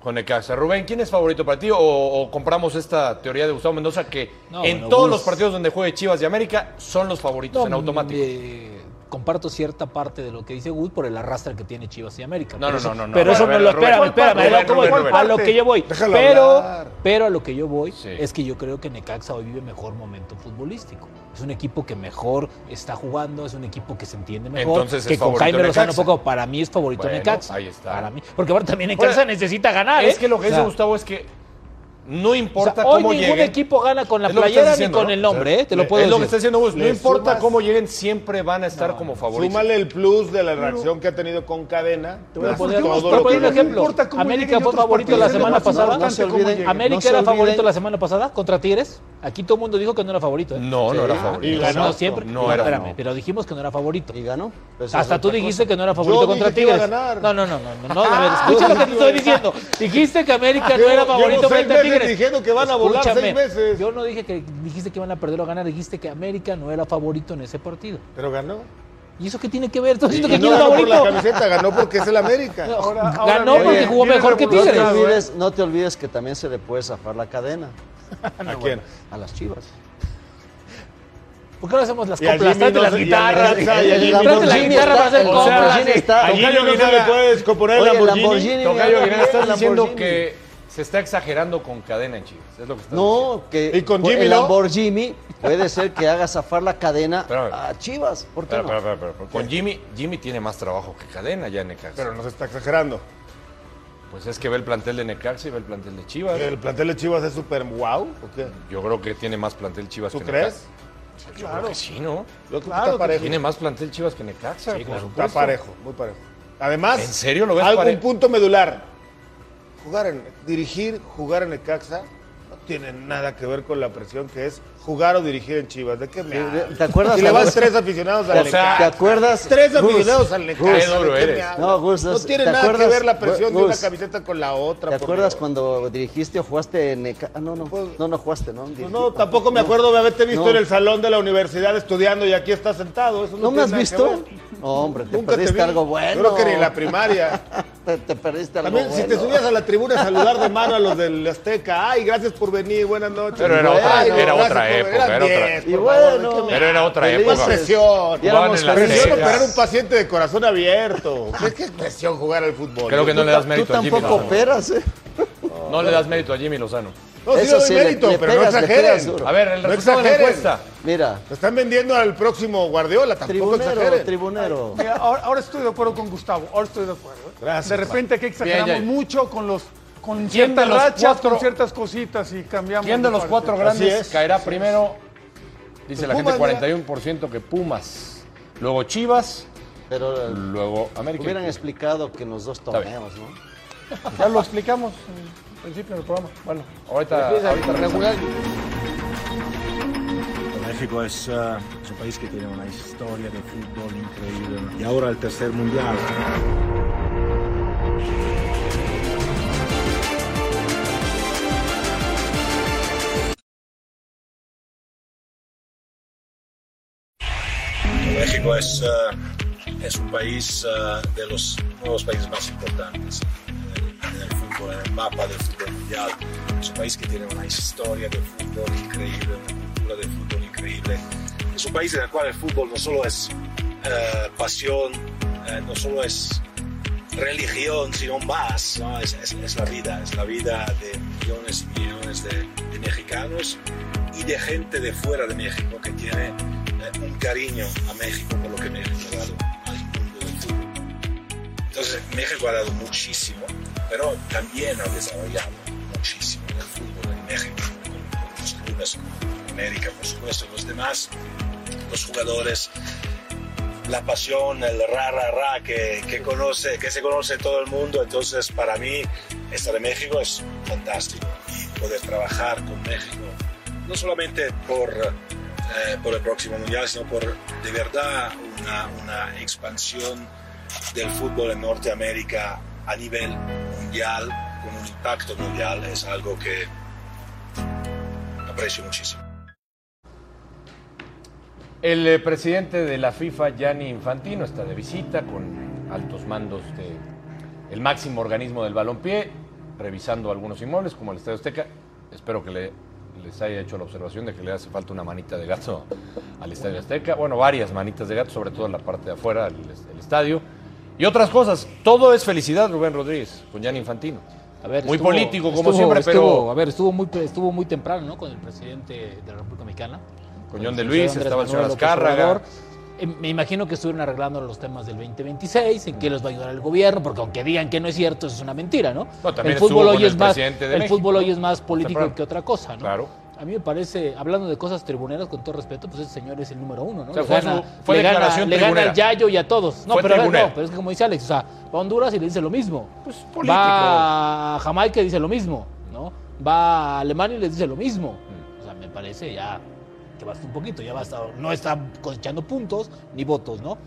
S5: Con Necaxa. Rubén, ¿quién es favorito para ti? ¿O, o compramos esta teoría de Gustavo Mendoza que
S8: No,
S5: en
S8: bueno,
S5: todos
S8: Gus.
S5: los partidos donde juegue Chivas y América son los favoritos en automático?
S8: Eh, comparto cierta parte de lo que dice Gus por el arrastre que tiene Chivas y América.
S5: No,
S8: Por
S5: no,
S8: eso-
S5: no, no, no.
S8: Pero
S5: A
S8: eso
S5: ver,
S8: no lo
S5: Rubén,
S8: espérame,
S5: Rubén,
S8: espérame,
S5: Rubén,
S8: a lo que
S5: Rubén,
S8: voy,
S5: Rubén.
S8: a lo que yo voy.
S6: Déjalo
S8: Pero,
S6: hablar.
S8: pero a lo que yo voy
S5: Sí.
S8: es que yo creo que Necaxa hoy vive mejor momento futbolístico. Es un equipo que mejor está jugando, es un equipo que se entiende mejor.
S5: Entonces es
S8: que con
S5: favorito
S8: Jaime Lozano
S5: Necaxa.
S8: poco para mí es favorito
S5: Bueno,
S8: Necaxa.
S5: ahí está.
S8: Para mí, porque ahora también Necaxa necesita ganar,
S5: Es
S8: ¿eh?
S5: que lo que
S8: O
S5: dice
S8: sea,
S5: Gustavo es que no
S8: o sea,
S5: importa
S8: hoy
S5: cómo
S8: ningún
S5: lleguen.
S8: equipo gana con la
S5: Es lo que
S8: playera
S5: estás diciendo,
S8: ni con
S5: ¿no?
S8: el nombre, ¿eh? Te lo
S5: Le-
S8: puedo
S5: Es lo que está
S8: decir.
S5: diciendo Gus. No
S6: Le
S5: importa
S6: sumas-
S5: cómo lleguen, siempre van a estar como favoritos.
S6: Súmale el plus de la reacción que ha tenido con cadena.
S8: Te voy a
S6: más
S8: poner,
S6: todo
S8: te voy a
S6: lo que
S8: poner un
S6: le-
S8: ejemplo.
S10: importa cómo
S8: América
S10: lleguen
S8: fue
S10: otros
S8: favorito
S10: partidos,
S8: la
S10: es lo
S8: semana
S10: más
S8: pasada.
S10: importante
S9: se
S10: cómo
S9: olviden.
S10: lleguen.
S9: Amé-
S8: América
S9: No se
S8: era
S9: olviden.
S8: favorito la semana pasada contra Tigres. Aquí todo el mundo dijo que no era favorito. ¿eh?
S5: No, no era
S9: Sí,
S5: favorito.
S6: y
S8: Pues
S6: ganó.
S8: no siempre.
S5: No
S8: No,
S5: era,
S8: espérame,
S5: no.
S8: pero dijimos que no era favorito.
S9: Y ganó. Pues esa
S8: Hasta
S9: es
S8: tú
S9: otra
S8: dijiste
S9: cosa.
S8: que no era favorito
S6: Yo
S8: contra
S6: dije que iba a
S8: Tigres.
S6: ganar.
S8: No, no, no, no, no, no, de verdad, escucha lo que te estoy diciendo. Dijiste que América no
S6: Llevo-
S8: era
S6: llevo
S8: favorito
S6: seis
S8: frente a
S6: meses
S8: Tigres.
S6: diciendo que van a volar seis
S8: Escúchame,
S6: veces.
S8: Yo no dije que dijiste que iban a perder o ganar, dijiste que América no era favorito en ese partido.
S6: Pero ganó.
S8: ¿Y eso qué tiene que ver? Estás diciendo
S6: Y
S8: que
S6: no
S8: quién es
S6: ganó por la
S8: favorito.
S6: camiseta, ganó porque es el América.
S10: Ahora- ahora
S8: Ganó
S10: viene-
S8: porque jugó
S10: viene
S8: mejor que
S9: No te,
S8: Tigres.
S10: revolucionado, ¿eh?
S9: olvides, no te olvides que también se le puede zafar la cadena Ah,
S6: ¿A quién?
S9: a las chivas.
S8: ¿Por qué no hacemos las
S6: Y a
S8: coplas?
S6: Jimmy
S8: Tráete
S6: no
S8: las
S6: se- y a
S8: guitarras.
S6: Alexa, y a Jimmy
S8: Tráete la
S6: Lamborghini
S8: guitarra
S9: está-
S8: para hacer
S9: el
S8: coplas.
S9: Lamborghini
S8: sí.
S9: está-
S6: A
S9: Tocayo
S6: Guillo no se le puede descomponer el
S9: Oye, el
S6: Lamborghini.
S9: Lamborghini.
S5: Tocayo Aguilar,
S9: Lamborghini,
S5: estás diciendo
S9: Lamborghini.
S5: que se está exagerando con cadena en Chivas. Es lo que estás diciendo.
S9: No, que
S6: Y con
S9: por-
S6: Jimmy,
S9: el
S6: ¿no?
S9: Lamborghini puede ser que haga zafar la cadena
S5: Espérame.
S9: a Chivas. ¿Por qué
S5: Espera, espera,
S9: no?
S5: espera, espera, espera. Con Jimmy, Jimmy tiene más trabajo que cadena ya en Necaxa.
S6: Pero no se está exagerando.
S5: Pues es que ve el plantel de Necaxa y ve el plantel de Chivas.
S6: ¿El plantel de Chivas es súper wow? ¿O qué?
S5: Yo creo que tiene más plantel Chivas
S6: ¿Tú
S5: que
S6: crees?
S5: Necaxa. Yo creo que sí, ¿no?
S6: Yo creo que
S10: Claro
S6: está
S10: que
S6: parejo.
S5: Tiene más plantel Chivas que Necaxa. por
S6: Está
S5: supuesto.
S6: parejo, muy parejo. Además,
S5: ¿En serio lo ves
S6: algún
S5: parejo?
S6: punto medular. Jugar en, dirigir, jugar en Necaxa no tiene nada que ver con la presión que es jugar o dirigir en Chivas. ¿De qué me hablas?
S9: ¿Te acuerdas?
S6: Si le
S9: Gus?
S6: vas tres aficionados
S9: ¿Te-
S6: al
S9: ¿Te
S6: Necaxa.
S9: acuerdas?
S6: Tres
S9: Gus,
S6: aficionados al Necaxa.
S5: Qué duro
S6: ¿de qué me
S5: eres.
S6: hablas?
S9: No, Gus,
S6: No
S9: es-
S6: tiene
S9: ¿te
S6: nada que
S9: acuerdas?
S6: ver la presión de una
S9: Gus,
S6: camiseta con la otra.
S9: ¿Te
S6: por
S9: acuerdas
S6: Dios.
S9: cuando dirigiste o jugaste en Neca- Ah, no, no, no, no jugaste, ¿no?
S6: Pues no, tampoco me acuerdo de haberte visto
S9: No.
S6: en el salón de la universidad estudiando y aquí estás sentado. Eso no,
S9: ¿No
S6: tiene
S9: me has
S6: nada que
S9: visto?
S6: ver.
S9: No, hombre, te
S6: Nunca te
S9: perdiste
S6: vi.
S9: algo bueno.
S6: Yo creo que ni la primaria.
S9: te, te perdiste algo
S6: También, si te
S9: bueno.
S6: subías a la tribuna a saludar de mano a los del Azteca, ay, gracias por venir, buenas noches.
S5: Pero era otra-
S6: Ay, no,
S5: era
S6: gracias
S5: otra
S6: por-
S5: época,
S6: eran
S5: era otra-
S6: 10,
S9: Y
S6: por
S9: bueno,
S6: favor, ¿de qué me-
S5: Pero era otra
S9: Felices.
S5: época.
S6: Presión.
S9: Y éramos
S5: Jugaban en la
S9: felices.
S6: Presión
S5: Azteca.
S6: operar un paciente de corazón abierto. ¿Qué, qué presión jugar al fútbol?
S5: Creo que no le das mérito
S9: Tú
S5: a Jimmy
S9: tampoco
S5: Lozano.
S9: operas, ¿eh?
S5: No le das mérito a Jimmy Lozano.
S6: No, sí
S9: Eso
S6: le doy
S9: sí, le-
S6: mérito,
S9: le
S6: pero
S9: pegas,
S6: no
S9: le
S6: exageren.
S9: pegas duro.
S5: A ver, el
S6: No
S5: resultado de la
S6: exageren.
S5: encuesta.
S9: Mira,
S6: Lo están vendiendo al próximo Guardiola, tampoco
S9: tribunero,
S6: exageren.
S9: tribunero.
S10: Mira, ahora, ahora estoy de acuerdo con Gustavo, ahora estoy de acuerdo. ¿eh?
S6: Gracias,
S10: de repente aquí exageramos
S5: Bien, ya.
S10: mucho con los con
S5: ¿Quién de
S10: ciertas
S5: los
S10: rachas,
S5: cuatro-
S10: con ciertas cositas y cambiamos.
S5: ¿Quién de los
S10: partido.
S5: cuatro grandes
S6: es. Pues
S5: caerá primero? Dice la gente
S6: Pumas,
S5: 41% que Pumas. Luego Chivas,
S9: Pero eh,
S5: luego América.
S9: hubieran explicado que en los dos
S5: bien.
S9: torneos, ¿no?
S10: Ya lo explicamos en principio del programa. Bueno.
S5: Ahorita, ahorita regresamos.
S7: México es, eh, es un país que tiene una historia de fútbol increíble y ahora el tercer mundial. México es, eh, es un país eh, de los nuevos países más importantes en el, en el fútbol, en el mapa del fútbol mundial. Es un país que tiene una historia de fútbol increíble, una cultura de fútbol increíble. Es un país en el cual el fútbol no solo es eh, pasión, eh, no solo es religión, sino más. ¿no? Es, es- es la vida, es la vida de millones y millones de, de mexicanos y de gente de fuera de México que tiene eh, un cariño a México por lo que México ha dado al mundo del fútbol. Entonces, México ha dado muchísimo, pero también ha desarrollado muchísimo el fútbol en México, con, con los clubes, con América, por supuesto, los demás, los jugadores, la pasión, el ra, ra, ra que, que conoce, que se conoce todo el mundo. Entonces, para mí, estar en México es fantástico y poder trabajar con México, no solamente por, eh, por el próximo mundial, sino por de verdad una, una expansión del fútbol en Norteamérica a nivel mundial, con un impacto mundial, es algo que aprecio muchísimo.
S5: El eh, presidente de la FIFA, Gianni Infantino, está de visita con altos mandos del máximo organismo del balompié, revisando algunos inmuebles como el Estadio Azteca. Espero que le les haya hecho la observación de que le hace falta una manita de gato al Estadio Azteca. Bueno, varias manitas de gato, sobre todo en la parte de afuera del el estadio. Y otras cosas. Todo es felicidad, Rubén Rodríguez, con Jan Infantino.
S8: A ver,
S5: Muy
S8: estuvo-
S5: político, como
S8: estuvo-
S5: siempre,
S8: estuvo-
S5: pero
S8: A ver, estuvo muy, estuvo muy temprano, ¿no? Con el presidente de la República Mexicana.
S5: Con John de
S8: el
S5: Luis,
S8: señor
S5: estaba el
S8: Andrés
S5: señor
S8: Manuel López
S5: Azcárraga.
S8: Obrador. Eh, Me imagino que estuvieron arreglando los temas del 2026, en
S5: Mm.
S8: qué los va a ayudar el gobierno, porque aunque digan que no es cierto, eso es una mentira, ¿no?
S5: No, también
S8: el fútbol
S5: estuvo
S8: hoy
S5: con
S8: es
S5: el
S8: más,
S5: presidente de
S8: el
S5: México,
S8: fútbol hoy
S5: ¿no?
S8: es más político
S5: Temprano.
S8: que otra cosa, ¿no?
S5: Claro.
S8: A mí me parece, hablando de cosas tribuneras, con todo respeto, pues ese señor es el número uno, ¿no?
S5: O sea,
S8: Le
S5: fue
S8: gana-
S5: su- fue
S8: le gana-
S5: declaración
S8: le gana
S5: tribunera.
S8: al Yayo y a todos. No,
S5: Fue
S8: pero, a ver,
S5: tribunera.
S8: no, pero es que como dice Alex, o sea, va a Honduras y le dice lo mismo.
S5: político.
S8: Va a Jamaica y dice lo mismo, ¿no? Va a Alemania y les dice lo mismo.
S5: Mm.
S8: O sea, me parece ya que basta un poquito, ya basta. No está cosechando puntos ni votos, ¿no?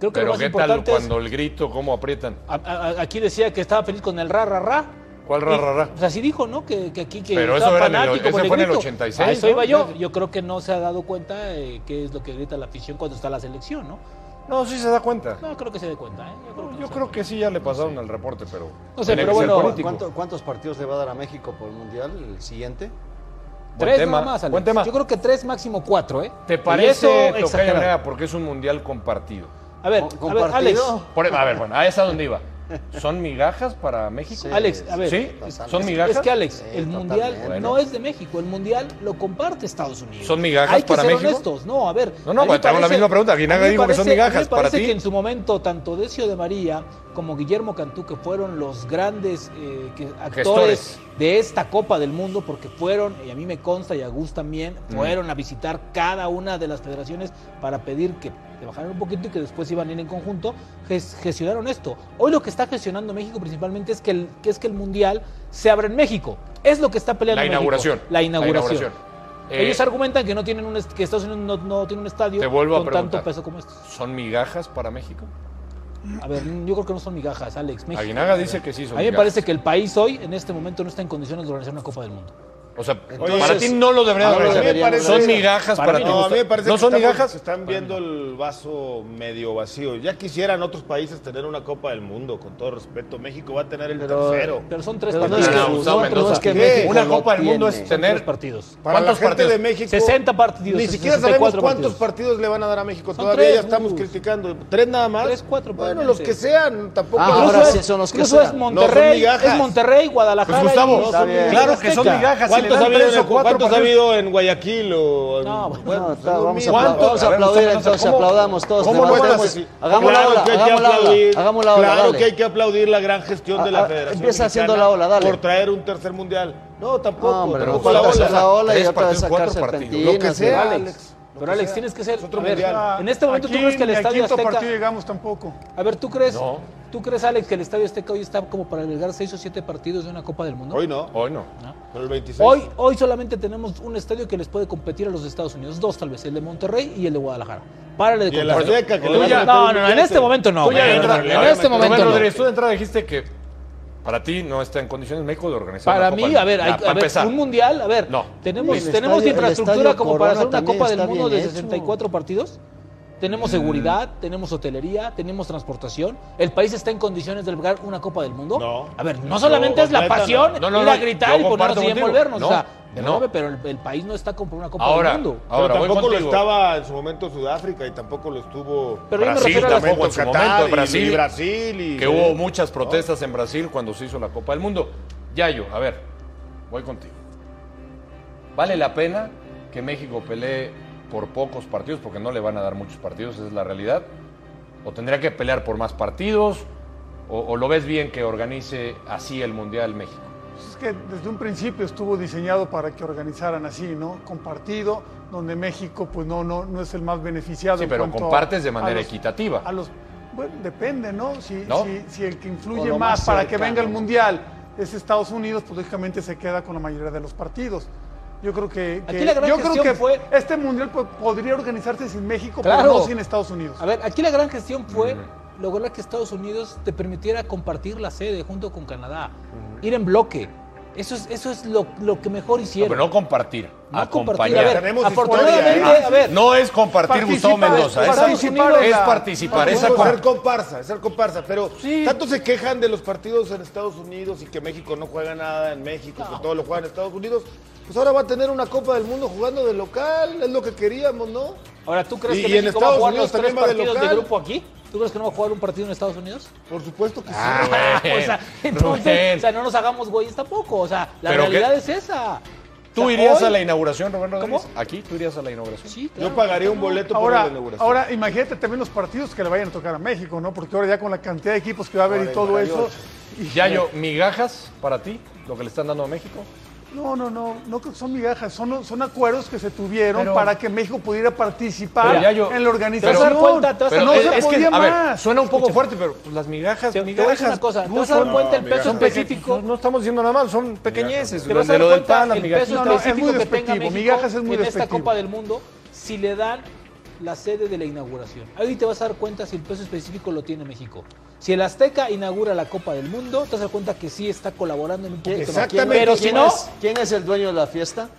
S8: Creo que lo
S5: Pero
S8: más
S5: qué tal
S8: importante es-
S5: cuando el grito, cómo aprietan.
S8: a- a- aquí decía que estaba feliz con el ra, ra, ra.
S5: ¿Cuál ra, ra, ra?
S8: O sea, sí dijo, ¿no? Que, que aquí que
S5: Pero eso
S8: estaba
S5: era en el-
S8: fanático
S5: eso
S8: por
S5: fue en el
S8: grito.
S5: 86,
S8: A eso
S5: ¿no?
S8: iba yo. Yo creo que no se ha dado cuenta eh, qué es lo que grita la afición cuando está la selección, ¿no?
S5: No, sí se da cuenta.
S8: No, creo que se dé cuenta, ¿eh? Yo creo que no
S5: Yo
S8: se-
S5: creo que sí ya le pasaron al reporte, pero.
S8: No sé,
S5: tenía
S8: pero
S5: que ser
S8: bueno,
S5: político.
S9: ¿Cuánto- ¿Cuántos partidos le va a dar a México por el Mundial, el siguiente?
S5: Buen
S8: Tres
S5: tema,
S8: nada más, Alex.
S5: buen tema.
S8: Yo creo que tres, máximo cuatro, ¿eh?
S5: ¿Te
S8: Y eso
S5: parece, Tocayo
S8: exagerado.
S5: Nea, porque es un mundial compartido?
S8: A ver, a ver,
S9: ¿Compartido?
S8: Alex.
S5: Por- a ver, bueno, ahí es a donde iba. ¿Son migajas para México?
S9: Sí.
S8: Alex, a ver.
S5: ¿Sí?
S8: es-
S5: ¿Son migajas?
S8: Es que Alex,
S9: Sí,
S8: el mundial
S9: totalmente.
S8: no es de México, el mundial lo comparte Estados Unidos.
S5: ¿Son migajas
S8: Hay que
S5: para
S8: ser
S5: México?
S8: honestos, no, a ver.
S5: No, no,
S8: a mí
S5: pues,
S8: me
S5: te hago la misma pregunta. Guinaga
S8: a mí me
S5: dijo que son
S8: parece- a mí
S5: migajas
S8: me
S5: para
S8: parece
S5: ti.
S8: que en su momento tanto Decio de María como Guillermo Cantú que fueron los grandes eh, que- actores
S5: Gestores.
S8: de esta Copa del Mundo porque fueron, y a mí me consta y a Gus también, fueron a visitar cada una de las federaciones para pedir que le bajaran un poquito y que después iban a ir en conjunto, ges- gestionaron esto. Hoy lo que está gestionando México principalmente es que el, que es que el Mundial se abra en México. Es lo que está peleando
S5: La
S8: México.
S5: inauguración.
S8: La inauguración.
S5: Eh,
S8: Ellos argumentan que no tienen un est- que Estados Unidos no, no tiene un estadio
S5: Te vuelvo a
S8: con
S5: preguntar.
S8: tanto peso como estos.
S5: ¿Son migajas para México?
S8: A ver, yo creo que no son migajas, Alex. México.
S5: Aguinaga dice que sí son
S8: A mí me
S5: migajas.
S8: parece que el país hoy, en este momento, no está en condiciones de organizar una Copa del Mundo.
S5: O sea,
S6: Entonces,
S5: para ti no lo deberían
S6: a mí me
S5: organizar.
S6: parece-
S5: Son migajas para,
S8: para
S5: ti.
S8: mí
S6: No, a mí me parece
S5: ¿No
S6: que
S5: son
S6: estamos-
S5: migajas?
S6: están viendo el vaso medio vacío. Ya quisieran otros países tener una Copa del Mundo, con todo respeto. México va a tener el tercero.
S8: Pero son tres
S9: Pero no
S8: partidos.
S9: es que-
S5: No, no,
S8: Son
S5: Mendoza.
S8: tres-
S9: que
S8: son
S5: ¿Qué?
S9: México
S5: Una
S9: lo
S5: Copa del Mundo
S9: tiene.
S5: es
S8: tres
S5: tener
S8: partidos.
S6: Para la
S5: ¿Cuántos
S6: gente
S5: partidos?
S6: de México.
S8: 60 partidos,
S6: Ni siquiera sabemos
S8: 64
S6: cuántos
S8: partidos.
S6: partidos le van a dar a México.
S8: Son
S6: Todavía
S8: tres,
S6: ya estamos
S8: Gus.
S6: criticando. ¿Tres nada más?
S8: Tres, cuatro,
S6: Bueno, los
S8: probablemente.
S6: que sean. Tampoco.
S9: Ah,
S8: Incluso
S9: ahora
S8: es-
S9: sí son los que
S8: incluso es
S9: serán.
S6: No son
S8: Monterrey,
S6: migajas.
S8: es Monterrey, Guadalajara.
S5: Pues, Gustavo,
S8: y-
S9: está bien.
S5: Claro que son
S8: Azteca.
S5: migajas. Si le
S6: ¿Cuántos,
S5: dan
S6: ha habido,
S5: tres
S6: en,
S5: o cuatro
S6: ¿cuántos ha
S5: partidos?
S6: habido en Guayaquil o en-
S8: No, bueno,
S9: Bueno,
S6: pues,
S9: está,
S6: lo
S9: vamos a
S6: mismo.
S9: apla-
S6: ¿Cuántos?
S9: vamos a
S5: A ver,
S9: aplaudir
S5: Gustavo,
S9: entonces,
S5: ¿cómo-
S9: aplaudamos todos.
S6: ¿Cómo no
S9: levantamos.
S6: estás así?
S9: Hagamos la
S6: Claro
S9: ola,
S6: que hay que
S9: hagamos la ola,
S6: aplaudir.
S9: hagamos la ola,
S6: Claro
S9: dale.
S6: que hay que aplaudir la gran gestión de
S9: Ah,
S6: la
S9: ah,
S6: Federación
S9: empieza haciendo
S6: Mexicana
S9: la ola, dale.
S6: Por traer un tercer mundial. No, tampoco.
S9: No, hombre,
S6: pero
S9: no
S6: por la
S9: falta hacer
S6: ola.
S9: la ola y
S5: Tres
S9: otra vez ¿eh?
S5: partidos,
S9: sacar
S5: cuatro
S9: serpentinas.
S5: partidos.
S6: Lo que sea,
S9: dale.
S6: Alex. Lo que
S8: Pero Alex,
S6: sea.
S8: tienes que ser.
S6: Es otro
S8: a ver,
S6: mundial.
S8: en este momento
S10: Aquí
S8: tú crees que el
S10: ni al
S8: Estadio
S10: quinto
S8: Azteca.
S10: partido llegamos tampoco.
S8: A ver, ¿tú crees?
S5: No.
S8: ¿Tú crees, Alex, que el Estadio Azteca hoy está como para albergar seis o siete partidos de una Copa del Mundo?
S6: Hoy no.
S5: Hoy no.
S6: Pero el 26.
S8: Hoy, hoy solamente tenemos un estadio que les puede competir a los Estados Unidos, dos tal vez, el de Monterrey y el de Guadalajara. Párale de
S6: Y el
S8: contar.
S6: Azteca, que le
S8: Tú
S6: van a
S8: ya-
S6: meter
S8: no,
S6: un
S8: no, no, en
S6: billete.
S8: este momento no.
S5: Tú ya
S8: güey,
S5: de
S8: no, no,
S5: entrada-
S8: no,
S5: a
S8: en
S5: ver,
S8: este
S5: Rubén
S8: momento no.
S5: Rodríguez, tú de entrada dijiste que para ti no está en condiciones México de organizar
S8: Para
S5: una
S8: mí,
S5: Copa.
S8: a ver, hay-
S5: Ah,
S8: a
S5: para
S8: ver,
S5: empezar.
S8: un mundial, a ver,
S5: No.
S8: tenemos,
S9: El
S8: tenemos
S9: estadio- el
S8: infraestructura
S9: estadio
S8: como para hacer
S9: Corona
S8: una Copa
S9: también
S8: del
S9: está
S8: Mundo de
S9: bien ¿eh? hecho. Mm.
S8: 64 partidos. Tenemos seguridad, tenemos hotelería, tenemos transportación. ¿El país está en condiciones de albergar una Copa del Mundo?
S6: No.
S8: A ver, no
S6: Yo,
S8: solamente es la
S6: completa,
S8: pasión,
S5: no. No, no,
S8: ir a
S5: no,
S8: gritar
S5: yo
S8: y ponernos
S5: comparto
S8: y
S5: contigo.
S8: envolvernos. o sea,
S5: No,
S8: perdóname,
S5: no.
S8: pero el, el país no está como para una Copa
S5: Ahora,
S8: del Mundo.
S5: ahora
S6: pero
S5: voy
S6: tampoco lo
S5: contigo.
S6: estaba en su momento Sudáfrica y tampoco lo estuvo
S8: Pero yo me
S5: Brasil
S8: refiero a las-
S5: tampoco en su momento.
S6: y-
S5: Brasil,
S6: y Brasil y-
S5: que hubo muchas protestas en Brasil cuando se hizo la Copa del Mundo. Yayo, a ver, voy contigo. ¿Vale la pena que México pelee por pocos partidos? Porque no le van a dar muchos partidos, esa es la realidad. ¿O tendría que pelear por más partidos? ¿O, o lo ves bien que organice así el Mundial México?
S10: Pues Es que desde un principio estuvo diseñado para que organizaran así, ¿no? Compartido, donde México pues no, no, no es el más beneficiado.
S5: Sí,
S10: en
S5: pero
S10: cuanto a-
S5: compartes de
S10: a
S5: manera
S10: los-
S5: equitativa.
S10: A los, bueno, depende, ¿no? Si,
S5: ¿No?
S10: si- si el que
S9: O
S10: influye
S9: lo
S10: más,
S9: más
S10: para que
S9: cercano.
S10: venga el Mundial es Estados Unidos, pues lógicamente se queda con la mayoría de los partidos. Yo creo que,
S8: Aquí
S10: que-
S8: la gran
S10: yo creo
S8: gestión
S10: que
S8: fue-
S10: este mundial pues, podría organizarse sin México,
S8: Claro.
S10: pero no sin Estados Unidos.
S8: A ver, aquí la gran gestión fue lograr que Estados Unidos te permitiera compartir la sede junto con Canadá, ir en bloque. Eso es, eso es lo, lo que mejor
S5: No,
S8: hicieron.
S5: pero no compartir,
S8: No compartir.
S5: acompañar.
S8: A ver,
S6: Tenemos
S8: afortunadamente,
S6: historia, ¿eh?
S8: a ver,
S5: No es compartir Gustavo
S10: Participar,
S5: Mendoza, es,
S10: participar en
S5: es
S10: la-
S5: participar,
S6: Es
S5: es
S6: ser
S5: acom-
S6: comparsa, es ser comparsa, pero tanto se quejan de los partidos en Estados Unidos y que México no juega nada en México, que todo lo juega en Estados Unidos. Pues ahora va a tener una Copa del Mundo jugando de local, es lo que queríamos, ¿no?
S8: Ahora, ¿tú crees
S6: Y-
S8: que
S6: y en
S8: México va a
S6: Estados
S8: jugar los
S6: Unidos
S8: tres
S6: también va de
S8: partidos de,
S6: local.
S8: grupo aquí? ¿Tú crees que no va a jugar un partido en Estados Unidos? Ah,
S6: Por supuesto que sí.
S8: o sea, entonces, o sea, no nos hagamos güeyes tampoco. O sea, la
S5: Pero
S8: realidad
S5: qué-
S8: es esa.
S5: ¿Tú
S8: O sea,
S5: irías
S8: hoy-
S5: a la inauguración, Rubén Rodríguez? ¿Aquí tú irías a la inauguración?
S8: Sí, claro.
S6: Yo pagaría un boleto por
S10: Ahora,
S6: la inauguración.
S10: ahora imagínate también los partidos que le vayan a tocar a México, ¿no? Porque ahora ya con la cantidad de equipos que va a haber y todo eso.
S6: 48.
S5: Ya yo, migajas para ti, lo que le están dando a México.
S10: No, no, no, no creo que son migajas, son, son acuerdos que se tuvieron
S5: Pero-
S10: para que México pudiera
S5: Pero
S10: participar
S5: ya yo-
S10: en la organización.
S5: Te vas a dar
S8: cuenta, te vas a
S5: Pero
S10: no
S5: es,
S10: se
S5: es que,
S10: podía
S5: a ver,
S10: más.
S5: suena un poco fuerte, pero pues, las migajas,
S8: Te, te voy a
S5: migajas.
S8: decir una cosa. ¿Te vas a
S5: son-
S8: dar cuenta el
S6: no,
S8: peso
S6: migajas.
S5: no,
S8: específico?
S5: no estamos diciendo nada mal, son pequeñeces.
S8: ¿Te vas a
S5: de
S8: dar
S5: lo del
S8: cuenta
S5: pan, las
S8: el
S5: migajas.
S8: peso
S10: No, no, es
S8: específico
S10: muy
S8: que tenga
S10: despectivo,
S8: México
S10: migajas es muy
S8: en esta
S10: despectivo.
S8: Copa del Mundo si le dan la sede de la inauguración? Ahí te vas a dar cuenta si el peso específico lo tiene México. Si el Azteca inaugura la Copa del Mundo, te vas a dar cuenta que sí está colaborando en un poquito más.
S6: Exactamente.
S8: Pero si
S9: ¿Quién
S8: no,
S9: es- ¿Quién es el dueño de la fiesta?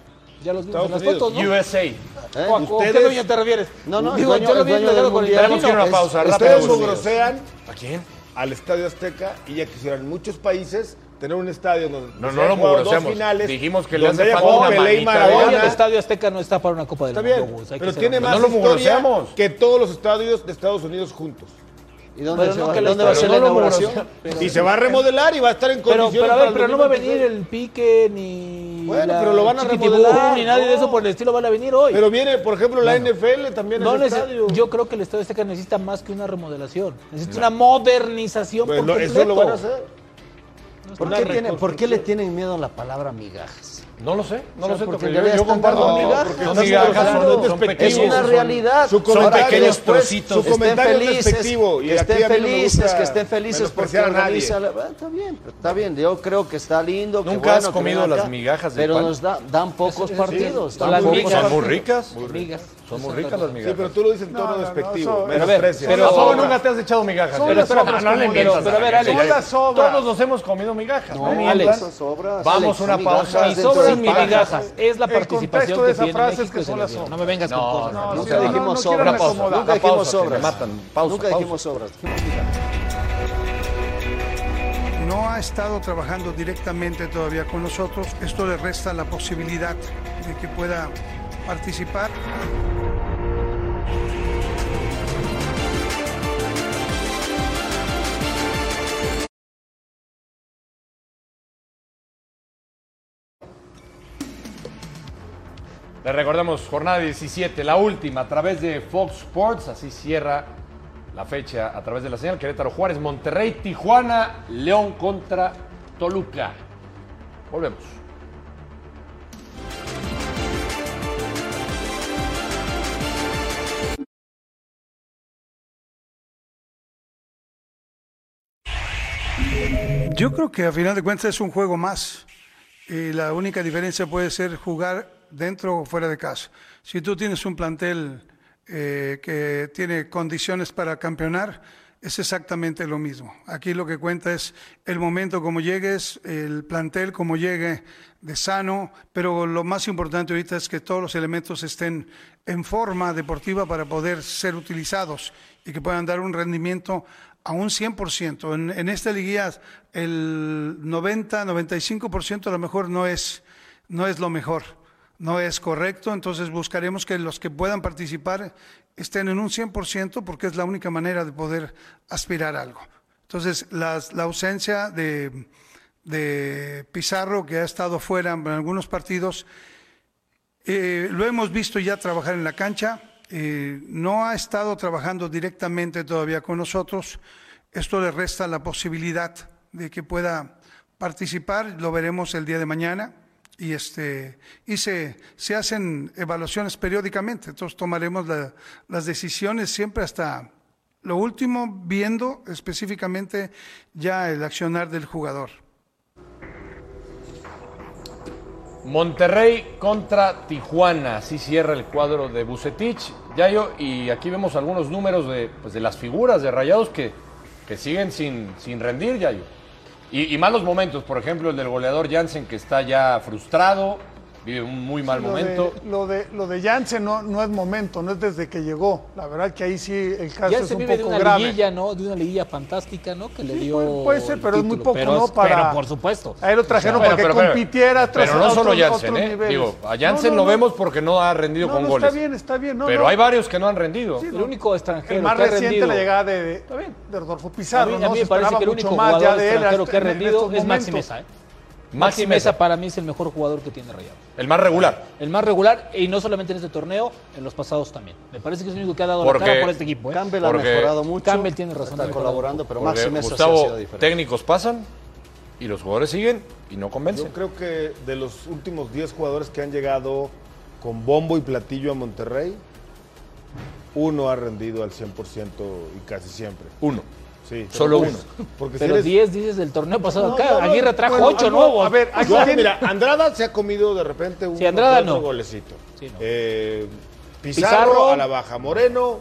S8: ya los vimos en las
S6: Estados
S8: fotos, ¿no?
S5: USA.
S9: ¿Eh?
S8: ¿O a- o a qué
S6: Ustedes-
S8: dueño te refieres?
S9: No, no, el
S8: Digo,
S9: dueño-
S8: yo lo
S9: el
S8: vi
S9: dueño
S8: enojado
S9: del
S8: con el
S9: mundial.
S8: italiano.
S5: Tenemos que ir a una
S9: es-
S5: pausa,
S6: Ustedes
S5: rápido.
S6: grosean
S5: ¿A quién?
S6: al Estadio Azteca y ya quisieran muchos países tener un estadio donde
S5: No,
S6: se
S5: no
S6: hayan jugado
S5: lo
S6: dos
S5: mugroseamos.
S6: finales,
S5: Dijimos que le
S6: donde
S5: hace
S6: haya
S5: falta
S6: jugado
S5: una
S6: Pelé y
S5: manita de
S6: Maradona.
S8: Hoy el Estadio Azteca no está para una Copa del
S6: Está
S8: Mundo.
S6: bien,
S8: Gus, hay que
S6: pero
S8: ser
S6: tiene más
S8: honestos.
S5: No lo
S6: historia
S5: mugroseamos.
S6: que todos los estadios de Estados Unidos juntos.
S9: ¿Y dónde,
S8: Pero
S9: se
S8: no
S9: va,
S8: que la
S9: dónde va a ser
S8: historia-
S9: la
S8: no lo
S9: inauguración?
S6: y se va a remodelar y va a estar en
S8: Pero,
S6: condiciones
S8: pero a
S6: para
S8: ver,
S6: el
S8: pero no va a
S6: 2026.
S8: venir el pique ni.
S6: Bueno,
S8: la
S6: pero lo van a
S8: Chiquitibú,
S6: remodelar,
S8: Ni nadie de
S6: no.
S8: eso por el estilo van a venir hoy.
S6: Pero viene, por ejemplo, la NFL también
S8: No
S6: al
S8: neces-
S6: estadio.
S8: yo creo que el Estadio Azteca necesita más que una remodelación. Necesita una modernización
S6: Pues
S8: por
S6: no,
S8: completo.
S6: eso lo van a hacer.
S9: ¿Por
S6: Una
S9: qué, tiene- ¿Por qué le
S6: reconstrucción.
S9: tienen miedo a la palabra migajas?
S5: No lo sé,
S9: O
S5: no
S9: sea,
S5: lo sé.
S9: porque
S5: Tocayo.
S9: en realidad
S5: Yo
S9: están
S5: comparto
S9: dando
S5: migajas.
S9: migajas,
S5: Son
S9: están
S5: migajas, son,
S9: desperdiciando.
S5: son
S9: Es
S5: pequeños.
S9: una
S5: son-
S9: realidad.
S6: Su
S5: Son
S6: comentario
S5: pequeños
S6: después,
S5: trocitos.
S6: Su
S5: Estén
S6: comentario es
S9: felices,
S6: despectivo. Y
S9: que
S6: aquí
S9: estén
S6: a mí no me
S9: felices,
S6: gusta
S9: que estén felices porque
S6: menospreciar a nadie.
S9: organiza la- ah, está bien, pero está bien. Yo creo que está lindo. que
S5: Nunca
S9: bueno,
S5: has
S9: que
S5: comido
S9: venga
S5: las
S9: acá,
S5: migajas del
S9: Pero
S5: pan.
S9: nos da- dan pocos partidos.
S8: Son
S9: dan
S8: las
S9: pocos
S8: migas.
S5: Son
S9: partidos.
S5: muy ricas.
S8: Migas.
S5: Son muy
S8: Exacto.
S5: ricas las
S6: Sí,
S5: migajas.
S6: pero tú lo dices en
S10: No,
S6: tono
S10: no, no,
S6: despectivo.
S10: eso-
S8: Pero a ver,
S6: menosprecias.
S8: pero-
S5: Tú
S10: sobras.
S5: nunca te has echado migajas.
S10: Son
S5: Pero
S10: las
S5: espera,
S10: sobras
S5: no, no le
S10: como
S5: mientas
S10: dicen.
S5: a la
S10: Pero a ver,
S5: gente,
S10: Alex,
S5: ya-
S10: son las sobras.
S5: Todos nos hemos comido migajas.
S9: No,
S5: no mientas.
S8: Alex.
S9: esas obras,
S5: Vamos
S9: Alex,
S5: a una
S9: migajas
S5: pausa.
S9: dentro
S8: Y
S9: del
S8: sobran
S9: pan.
S8: mis migajas. Es la
S10: El
S8: participación
S10: contexto de
S8: que
S10: esa
S8: tiene
S10: frase es
S8: México
S10: que
S8: y se
S10: son
S8: la
S10: las
S8: dio. No
S10: obras.
S8: me vengas con
S5: No,
S8: cosas.
S5: no,
S8: No,
S5: no,
S9: Nunca
S10: no, no,
S9: dijimos
S10: no
S9: sobras.
S10: quieran
S5: Una pausa,
S10: acomodar.
S9: Nunca
S5: una
S9: dijimos
S5: pausa. que me
S9: sobras.
S5: matan. Pausa,
S9: Nunca
S5: pausa.
S9: dijimos sobras.
S12: No ha estado trabajando directamente todavía con nosotros. Esto le resta la posibilidad de que pueda participar.
S5: Les recordamos, jornada 17, la última, a través de Fox Sports. Así cierra la fecha a través de la señal. Querétaro Juárez, Monterrey, Tijuana, León contra Toluca. Volvemos.
S12: Yo creo que a final de cuentas es un juego más. Y la única diferencia puede ser jugar dentro o fuera de casa. Si tú tienes un plantel eh, que tiene condiciones para campeonar, es exactamente lo mismo. Aquí lo que cuenta es el momento como llegues, el plantel como llegue de sano, pero lo más importante ahorita es que todos los elementos estén en forma deportiva para poder ser utilizados y que puedan dar un rendimiento a un 100%. En, en esta liguilla el 90-95% a lo mejor no es, no es lo mejor, no es correcto, entonces buscaremos que los que puedan participar estén en un 100% porque es la única manera de poder aspirar a algo. Entonces, las- la ausencia de, de Pizarro, que ha estado fuera en algunos partidos, eh, lo hemos visto ya trabajar en la cancha. eh, no ha estado trabajando directamente todavía con nosotros. Esto le resta la posibilidad de que pueda participar. Lo veremos el día de mañana. Y, este, y se, se hacen evaluaciones periódicamente. Entonces tomaremos la- las decisiones siempre hasta lo último, viendo específicamente ya el accionar del jugador.
S5: Monterrey contra Tijuana, así cierra el cuadro de Bucetich, Yayo, y aquí vemos algunos números de, pues, de las figuras de Rayados que, que siguen sin, sin rendir, Yayo. Y, y malos momentos, por ejemplo, el del goleador Jansen que está ya frustrado, Vive un muy mal
S10: lo
S5: momento.
S10: De, lo, de, lo de Janssen no, no es momento, no es desde que llegó. La verdad que ahí sí el caso
S8: Ya
S10: es
S8: se
S10: un
S8: vive de
S10: poco
S8: una
S10: grave.
S8: liguilla, ¿no? De una liguilla fantástica, ¿no? Que le dio.
S10: puede- puede ser,
S8: el
S10: pero es muy
S8: título.
S10: poco,
S8: Pero
S10: ¿no?
S8: es-
S10: Para-
S8: Pero por supuesto.
S10: Ahí lo trajeron para que compitiera,
S5: Pero
S10: trajeron
S5: no
S10: a
S5: solo
S10: otros-
S5: Janssen,
S10: otros
S5: ¿eh?
S10: niveles.
S5: Digo, a Janssen
S10: No,
S5: lo
S10: no, no.
S5: vemos porque no ha rendido
S10: No,
S5: con
S10: no,
S5: goles.
S10: está bien, está bien. No,
S5: pero
S10: no.
S5: hay varios que no han rendido.
S10: Sí,
S5: el
S10: no.
S5: único extranjero
S10: El más
S5: que ha
S10: reciente
S5: rendido.
S10: la llegada de, de, de Rodolfo Pizarro.
S8: a mí,
S10: ¿no?
S8: a mí
S10: Se
S8: me parece
S10: esperaba
S8: que el
S10: mucho
S8: único
S10: más
S8: jugador
S10: ya de él
S8: extranjero
S10: hasta
S8: que ha
S10: en- en
S8: rendido
S10: estos
S8: es Maxi
S10: momentos.
S8: Mesa. ¿eh?
S5: Maxi
S8: Maxi
S5: Mesa.
S8: Mesa para mí es el mejor jugador que tiene Rayado.
S5: El más regular.
S8: El más regular, y no solamente en este torneo, en los pasados también. Me parece que es el único que ha dado
S5: Porque
S8: la cara por este equipo. ¿eh?
S9: Campbell ha
S5: Porque-
S9: mejorado mucho.
S8: Campbell tiene razón. ha
S9: Está
S8: mejorado
S9: colaborando,
S8: mucho.
S9: pero
S5: Porque,
S9: Maxi Mesa sí ha sido
S5: Gustavo,
S9: diferente.
S5: técnicos pasan y los jugadores siguen y no
S6: Yo
S5: convencen.
S6: creo que de los últimos 10 jugadores que han llegado con bombo y platillo a Monterrey, uno ha rendido al 100% y casi siempre.
S5: Uno.
S6: Sí, te
S5: Solo
S6: lo
S5: uno.
S6: juro. Porque si
S8: Pero
S6: eres-
S8: 10 dices del torneo pasado
S6: No,
S8: acá.
S6: no, no,
S8: Aguirre trajo
S6: bueno,
S8: 8
S6: no,
S8: nuevos.
S6: A ver,
S10: aquí
S6: yo-
S10: tiene-
S6: mira, Andrada se ha comido de repente un
S8: Sí, Andrada
S6: otro
S8: no.
S6: golecito.
S8: Sí, no.
S6: Eh, Pizarro,
S8: Pizarro.
S6: a la baja, Moreno.